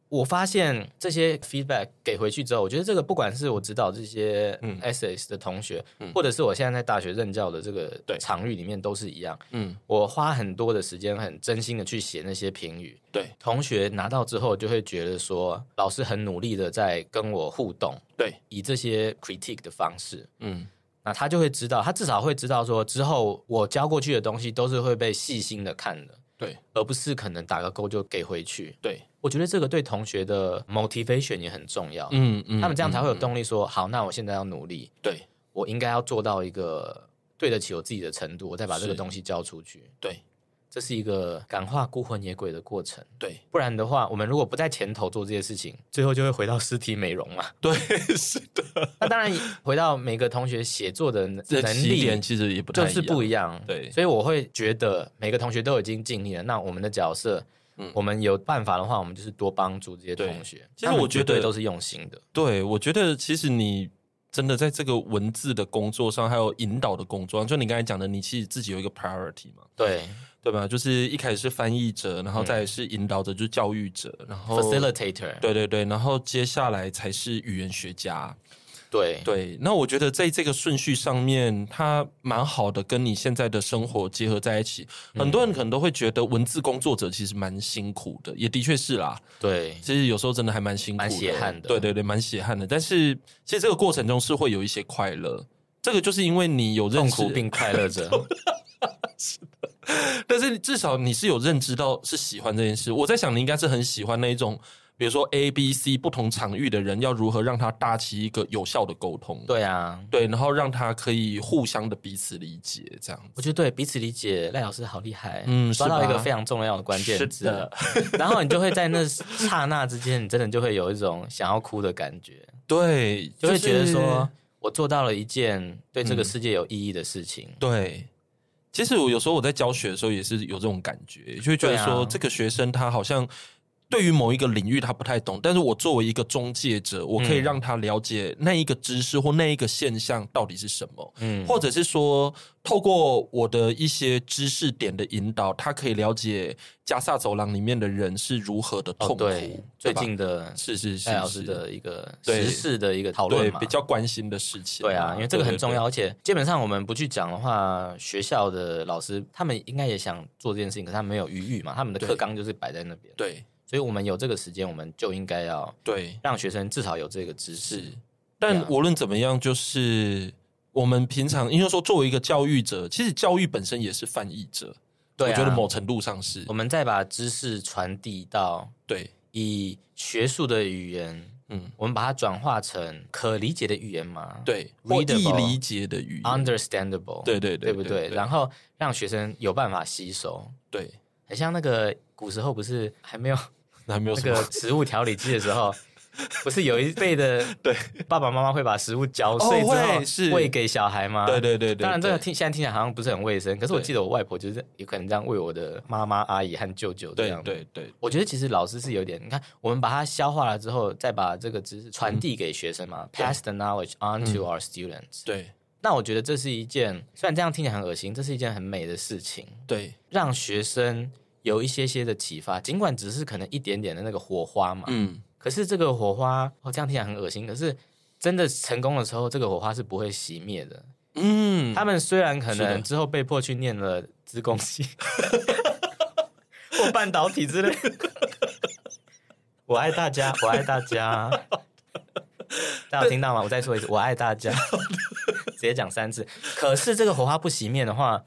我发现这些 feedback 给回去之后，我觉得这个不管是我指导这些嗯 SS 的同学，嗯或者是我现在在大学任教的这个对场域里面，都是一样。嗯，我花很多的时间，很真心的去写那些评语。对，同学拿到之后，就会觉得说，老师很努力的在跟我互动，对，以这些 critique 的方式，嗯，那他就会知道，他至少会知道说，之后我交过去的东西都是会被细心的看的，对，而不是可能打个勾就给回去。对，我觉得这个对同学的 motivation 也很重要，嗯嗯他们这样才会有动力说，好，那我现在要努力，对我应该要做到一个对得起我自己的程度，我再把这是个东西交出去。对这是一个感化孤魂野鬼的过程，对不然的话，我们如果不在前头做这些事情，最后就会回到尸体美容嘛。 对，是的，那当然，回到每个同学写作的能这起力点其实也不太就是不一样，样，对所以我会觉得每个同学都已经尽力了，那我们的角色，嗯我们有办法的话，我们就是多帮助这些对同学。其实他们我觉得绝对都是用心的，对，我觉得其实你真的在这个文字的工作上，还有引导的工作上，就你刚才讲的，你其实自己有一个 priority 嘛。对，对吧？就是一开始是翻译者，然嗯后再是引导者，就是教育者，然后 facilitator，对对对，然后接下来才是语言学家。对对，那我觉得在这个顺序上面，它蛮好的，跟你现在的生活结合在一起。很多人嗯可能都会觉得文字工作者其实蛮辛苦的，也的确是啦。嗯对，其实有时候真的还蛮辛苦的、蛮血汗的。对对对，蛮血汗的。但是其实这个过程中是会有一些快乐，这个就是因为你有认痛识苦并快乐着。是的，但是至少你是有认知到是喜欢这件事。我在想，你应该是很喜欢那一种，比如说 A、B、C 不同场域的人，要如何让他搭起一个有效的沟通，对啊，对，然后让他可以互相的彼此理解，这样我觉得对彼此理解，赖老师好厉害，嗯抓到是吧一个非常重要的关键是字的了。 然后你就会在那刹那之间，你真的就会有一种想要哭的感觉，对，就会觉得是说。我做到了一件对这个嗯世界有意义的事情，对。其实我有时候我在教学的时候也是有这种感觉，就会觉得对啊说这个学生他好像对于某一个领域他不太懂，但是我作为一个中介者，我可以嗯让他了解那一个知识或那一个现象到底是什么。嗯，或者是说，透过我的一些知识点的引导，他可以了解加萨走廊里面的人是如何的痛哦，苦。对，最吧近的是是是赖老师是的一个对时事的一个讨论对嘛，比较关心的事情。对啊，因为这个很对重要，。而且基本上我们不去讲的话，学校的老师他们应该也想做这件事情，可是他们没有余裕嘛，他们的对课纲就是摆在那边，对所以我们有这个时间，我们就应该要对对让学生至少有这个知识是。，但啊无论怎么样，就是我们平常应该说，作为一个教育者，其实教育本身也是翻译者。对啊我觉得某程度上是我们再把知识传递到对，以学术的语言，嗯，我们把它转化成可理解的语言嘛，对，或易 Readable 理解的语言， ，understandable，对对对不对啊对？对然后让学生有办法吸收，对，很像那个古时候不是还没有。那还没有那什么个食物调理机的时候，不是有一辈的 对爸爸妈妈会把食物嚼碎之哦后会是喂给小孩吗？对对对对啊当然，这个对听现在听起来好像不是很卫生，可是我对记得我外婆就是有可能这样喂我的妈妈、阿姨和舅舅这对样。对对我觉得其实老师是有点，你看，我们把它消化了之后，再把这个知识嗯传递给学生嘛、p a s s the knowledge on to our students、对那我觉得这是一件，虽然这样听起来很恶心，这是一件很美的事情。对，让学生有一些些的启发，尽管只是可能一点点的那个火花嘛。嗯。可是这个火花，哦，这样听起来很恶心，可是真的成功的时候，这个火花是不会熄灭的。嗯，他们虽然可是的能之后被迫去念了资工系 或半导体之类的，我爱大家，我爱大家。大家有听到吗？我再说一次，我爱大家，直接讲三次。可是这个火花不熄灭的话，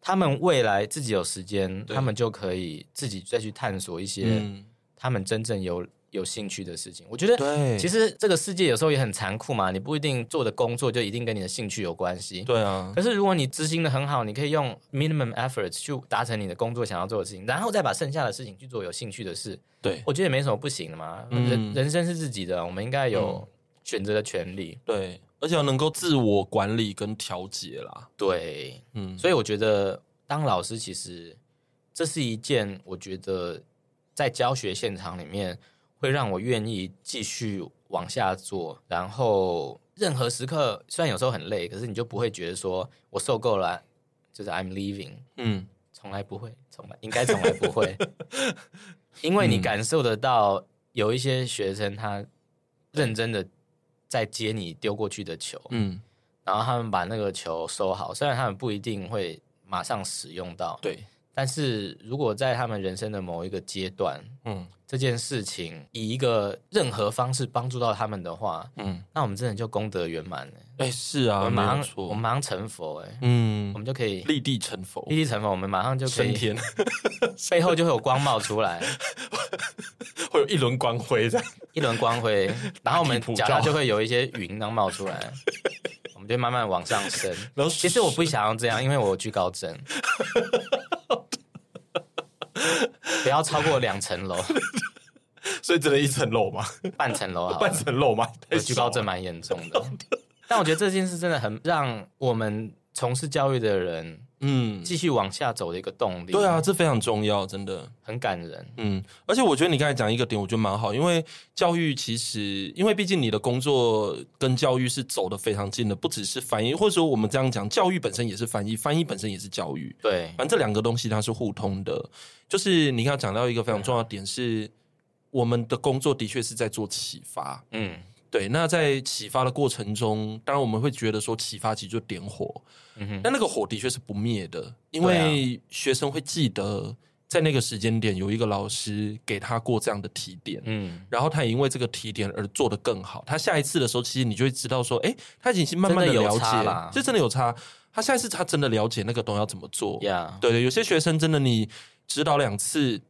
他们未来自己有时间，对他们就可以自己再去探索一些嗯，他们真正有有兴趣的事情。我觉得对，其实实这个世界有时候也很残酷嘛，你不一定做的工作就一定跟你的兴趣有关系。对啊，可是如果你执行的很好，你可以用 minimum effort 去达成你的工作想要做的事情，然后再把剩下的事情去做有兴趣的事，对我觉得也没什么不行的嘛。嗯人人生是自己的，我们应该有选择的权利。对，而且要能够自我管理跟调节啦。对，嗯，所以我觉得当老师其实这是一件我觉得在教学现场里面会让我愿意继续往下做，然后任何时刻虽然有时候很累，可是你就不会觉得说我受够了，就是 I'm leaving，嗯，从来不会，从来应该从来不 会，因为你感受得到有一些学生他认真的在接你丢过去的球，嗯，然后他们把那个球收好，虽然他们不一定会马上使用到，对，但是如果在他们人生的某一个阶段，嗯这件事情以一个任何方式帮助到他们的话，嗯，那我们真的就功德圆满了。哎，是我啊，们没马有上，我们错，马上成佛，哎，嗯我，们就可以立立地成佛，地成佛，我们马上就可升以，天 背后就会有光冒出来，会有一轮光辉这样。一轮 光辉，然后我们普脚照下就会有一些云能冒出 来，我们就慢慢往上升。然后其实我不想要这样，因为我惧 高症，不要超过两层 楼，所以只能一层楼嘛，半层楼好半了。层楼嘛，我太惧少高症了蛮严重的，但我觉得这件事真的很让我们从事教育的人嗯，继续往下走的一个动力。对啊，这非常重要，真的很感人。嗯，而且我觉得你刚才讲一个点，我觉得蛮好，因为教育其实，因为毕竟你的工作跟教育是走的非常近的，不只是翻译，或者说我们这样讲，教育本身也是翻译，翻译本身也是教育。对，反正这两个东西它是互通的。就是你刚刚讲到一个非常重要的点是，我们的工作的确是在做启发。嗯。对，那在启发的过程中，当然我们会觉得说启发其实就点火，嗯哼，但那个火的确是不灭的，因为学生会记得在那个时间点有一个老师给他过这样的提点，嗯，然后他也因为这个提点而做得更好。他下一次的时候，其实你就会知道说，哎，他已经慢慢的了解，这真的有差。他下一次他真的了解那个东西要怎么做，呀，对对，有些学生真的你指导两次。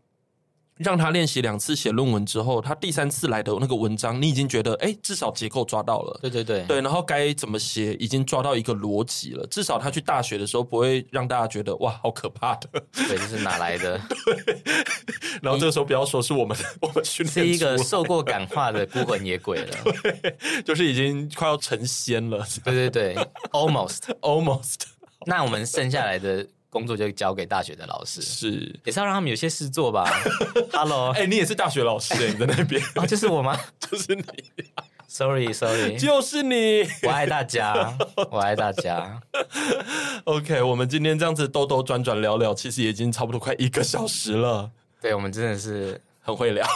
让他练习两次写论文之后，他第三次来的那个文章，你已经觉得哎，至少结构抓到了，对对对，对，然后该怎么写已经抓到一个逻辑了。至少他去大学的时候不会让大家觉得哇，好可怕的，对，这是哪来的？对。然后这个时候不要说是我们 我们训练嗯是一个受过感化的孤魂野鬼 了，对，就是已经快要成仙了。 对对对，almost almost。那我们剩下来的。工作就交给大学的老师，是也是要让他们有些事做 吧。Hello，哎、欸，你也是大学老师哎、欸，你在那 边哦，就是我吗？就是你、啊、，Sorry，Sorry，sorry 就是你，我爱大家，我爱大家。 OK，我们今天这样子兜兜转转聊聊，其实已经差不多快一个小时了。 对，我们真的是很会聊，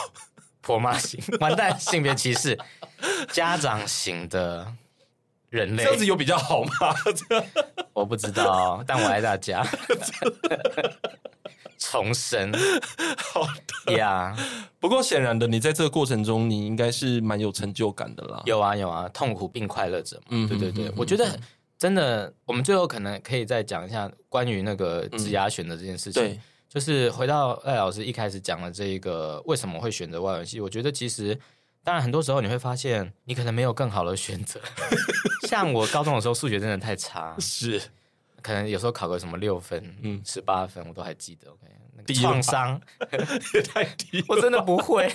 婆 妈型，完蛋，性别歧视，家长型的。人类这样子有比较好吗？ 我不知道，但我爱大家。重生，好的呀。不过显然的，你在这个过程中，你应该是蛮有成就感的啦。有啊，有啊，痛苦并快乐着嘛。嗯，对对对，嗯、我觉得真的，我们最后可能可以再讲一下关于那个职涯选择这件事情。嗯、对，就是回到赖老师一开始讲的这个，为什么会选择外文系？我觉得其实。当然，很多时候你会发现，你可能没有更好的选 择。像我高中的时候，数学真的太差，是，可能有时候考个什么六分、嗯，十八分，我都还记得。OK，那个创伤也太低， 我真的不会。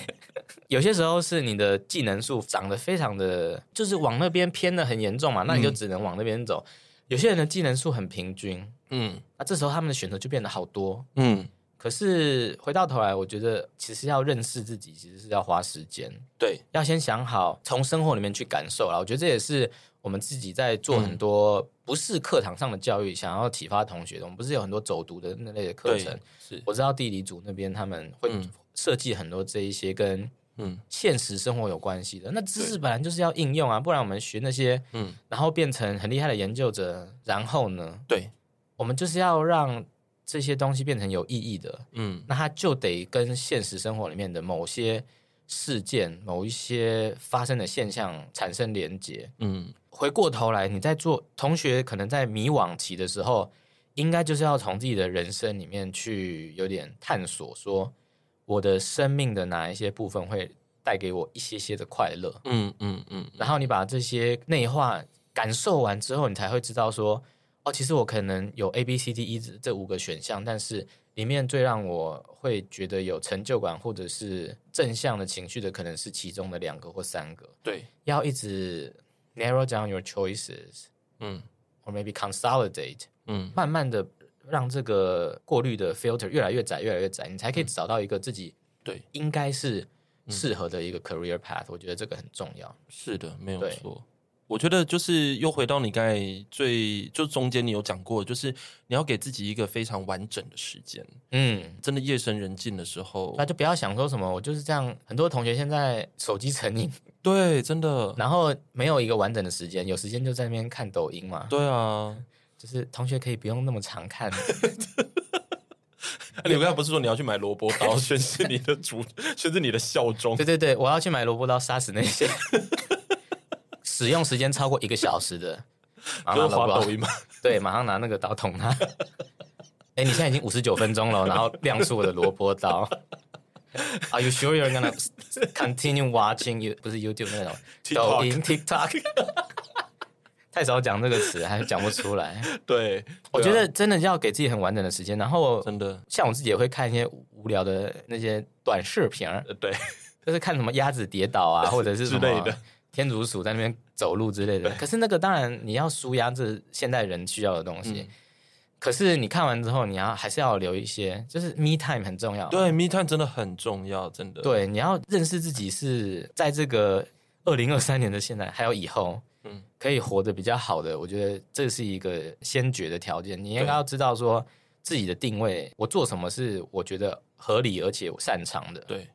有些时候是你的技能数长得非常的，就是往那边偏的很严重嘛，那你就只能往那边走。嗯、有些人的技能数很平均，嗯，那这时候他们的选择就变得好多，嗯。可是回到头来，我觉得其实要认识自己，其实是要花时间。对，要先想好，从生活里面去感受啦。我觉得这也是我们自己在做很多不是课堂上的教育，嗯、想要启发同学的。我们不是有很多走读的那类的课程？是，我知道地理组那边他们会设计很多这一些跟嗯现实生活有关系的。那知识本来就是要应用啊，不然我们学那些嗯，然后变成很厉害的研究者，然后呢？对，我们就是要让。这些东西变成有意义的，嗯，那它就得跟现实生活里面的某些事件、某一些发生的现象产生连结，嗯。回过头来，你在做同学可能在迷惘期的时候，应该就是要从自己的人生里面去有点探索，说我的生命的哪一些部分会带给我一些些的快乐，嗯嗯嗯。然后你把这些内化感受完之后，你才会知道说。哦，其实我可能有 A、B、C、D、E 这五个选项，但是里面最让我会觉得有成就感或者是正向的情绪的，可能是其中的两个或三个。对，要一直 narrow down your choices，嗯，or maybe consolidate，嗯，慢慢的让这个过滤的 filter 越来越窄，越来越窄，你才可以找到一个自己对应该是适合的一个 career path、嗯。我觉得这个很重要。是的，没有错。我觉得就是又回到你刚才最就中间你有讲过，就是你要给自己一个非常完整的时间。嗯，真的夜深人静的时候，那就不要想说什么我就是这样。很多同学现在手机 成瘾，对，真的。然后没有一个完整的时间，有时间就在那边看抖音嘛。对 啊，就是同学可以不用那么常看。你刚才不是说你要去买萝卜刀宣示你的主， 宣示你的效忠？对对对，我要去买萝卜刀杀死那些。 使用时间超过一个小 时的，啊马上拿抖音吗？ 对，马上拿那个刀捅他。 哎欸，你现在已经五十九分钟了，然后亮出我的萝卜刀。Are you sure you're gonna continue watching you？不是 YouTube 那种抖音 TikTok。太少讲这个词，还讲不出来。对，对啊、我觉得真的要给自己很完整的时间。然后真的，像我自己也会看一些无聊的那些短视频儿。对，就是看什么鸭子跌倒 啊，或者是之类的。天竺鼠在那边走路之类的，可是那个当然你要舒压，这现代人需要的东西。嗯、可是你看完之后，你要还是要留一些，就是 me time 很重要。对，me time 真的很重要，真的。对，你要认识自己是在这个二零二三年的现在，还有以后，嗯，可以活得比较好的，我觉得这是一个先决的条件。你应该要知道说自己的定位，我做什么是我觉得合理而且我擅长的。对。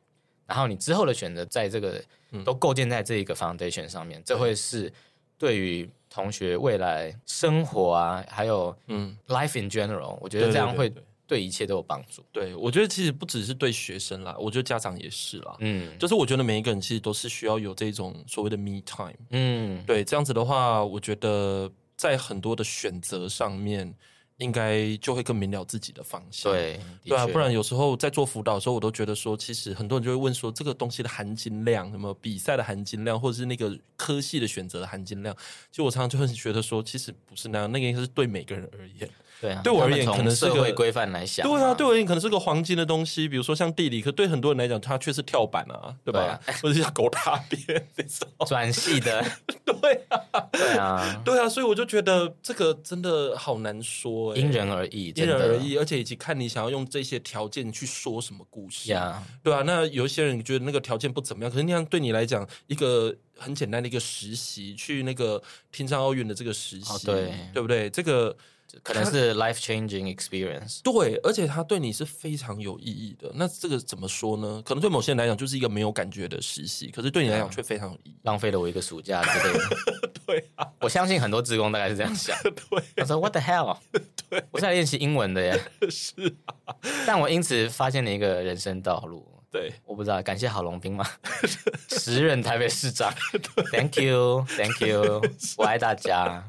然后你之后的选择，在这个嗯都构建在这一个 foundation 上面，这会是对于同学未来生活啊，还有嗯 life in general，我觉得这样会对一切都有帮助。对，我觉得其实不只是对学生啦，我觉得家长也是啦。嗯，就是我觉得每一个人其实都是需要有这种所谓的 me time。嗯，对，这样子的话，我觉得在很多的选择上面。应该就会更明了自己的方向，对对啊，不然有时候在做辅导的时候，我都觉得说，其实很多人就会问说，这个东西的含金量，什么比赛的含金量，或者是那个科系的选择的含金量，其实我常常就会觉得说，其实不是那样，那个应该是对每个人而言，对啊，对我而言可能是社会规范来啊，想、对啊，对我而言可能是个黄金的东西，比如说像地理，可对很多人来讲，它却是跳板啊，对吧？對啊、或者像狗大便这种 转系的，对啊，对 啊，对啊，所以我就觉得这个真的好难说、欸。因人而异，因人而异，而且以及看你想要用这些条件去说什么故事，yeah. 对啊，那有一些人觉得那个条件不怎么样，可是那样对你来讲，一个很简单的一个实习，去那个听障奥运的这个实习，oh, 对，对不对？这个。可能 是 life changing experience，对，而且它对你是非常有意义的。那这个怎么说呢？可能对某些人来讲就是一个没有感觉的实习，可是对你来讲却非常有意义。浪费了我一个暑假之 类的。对啊，我相信很多职工大概是这样想。对，我说 What the hell？ 对，我在练习英文的耶。 是啊，但我因此发现了一个人生道路。对，我不知道，感谢郝龙斌 嘛，时任台北市长，Thank you，Thank you，我啊爱大家。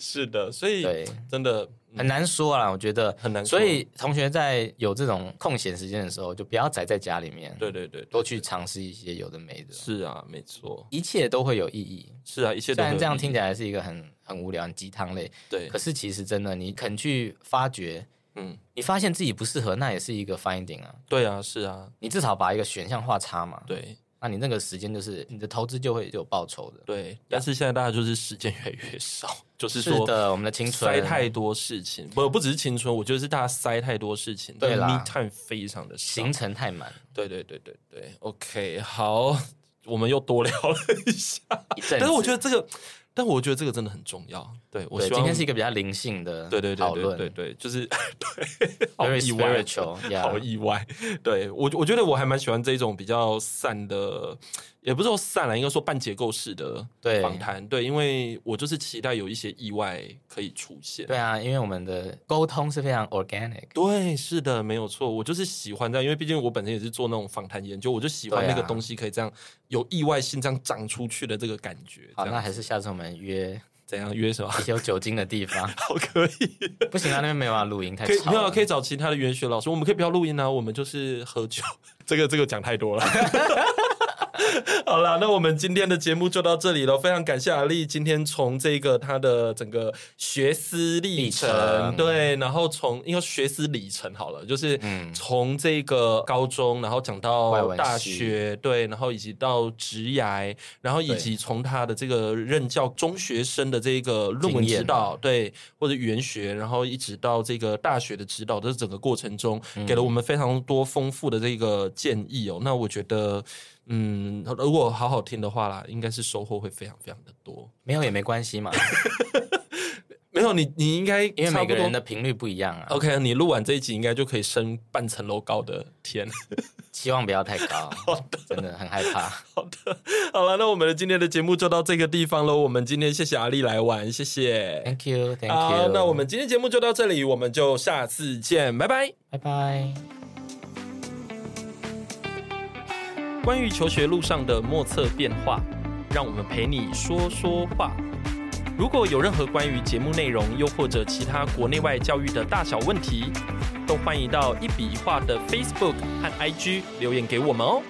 是的，所以对，真的、嗯、很难说啦，我觉得很难说。所以同学在有这种空闲时间的时候，就不要宅在家里面，对对对,对,对,对，多去尝试一些有的没的。是啊，没错，一切都会有意义。是啊，一切都。虽然这样听起来是一个很很无聊、很鸡汤类，对，可是其实真的，你肯去发掘。嗯，你发现自己不适合，那也是一个 finding 啊。对啊，是啊，你至少把一个选项画叉嘛。对，那你那个时间就是你的投资就会有报酬的。对，但是现在大家就是时间越来越少，就是说的，我们的青春塞太多事情，不不只是青春，我觉得是大家塞太多事情，对啦，time 非常的行程 太满。对对对对对，OK，好，我们又多聊了一下，一但是我觉得这个。但我觉得这个真的很重要，对我希望今天是一个比较灵性的对对讨论，对对，就是 对，好意外啊，yeah. 好意外，对我我觉得我还蛮喜欢这种比较散的，也不是说散了，应该说半结构式的访谈，对，因为我就是期待有一些意外可以出现，对啊，因为我们的沟通是非常 organic，对，是的，没有错，我就是喜欢这样，因为毕竟我本身也是做那种访谈研究，我就喜欢那个东西可以这样、啊、有意外性这样长出去的这个感觉。好，那还是下次我们。约怎样约什么？ 有酒精的地方，好可以。不行啊，那边没办法录音，太可以没有可以找其他的元学老师，我们可以不要录音啊，我们就是喝酒。这个这个讲太多了。 好了，那我们今天的节目就到这里了。非常感谢阿丽，今天从这个她的整个学思历程，对，然后从因为学思里程好了，就是嗯从这个高中，然后讲到大学，对，然后以及到职涯，然后以及从她的这个任教中学生的这个论文指导，对，或者语言学，然后一直到这个大学的指导的整个过程中，嗯、给了我们非常多丰富的这个建议哦。那我觉得。嗯，如果好好听的话啦，应该是收获会非常非常的多。没有也没关系嘛，没有你你应该因为每个人的频率不一样啊。 OK，你录完这一集应该就可以升半层楼高的天，希望不要太高，好的真的很害怕。好的， 好了，那我们的今天的节目就到这个地方喽。我们今天谢谢阿丽来玩，谢谢，Thank you，Thank you。好 you.，那我们今天节目就到这里，我们就下次见，拜拜，拜拜。关于求学路上的莫测变化，让我们陪你说说话。如果有任何关于节目内容，又或者其他国内外教育的大小问题，都欢迎到一笔一画的 Facebook 和 IG 留言给我们哦。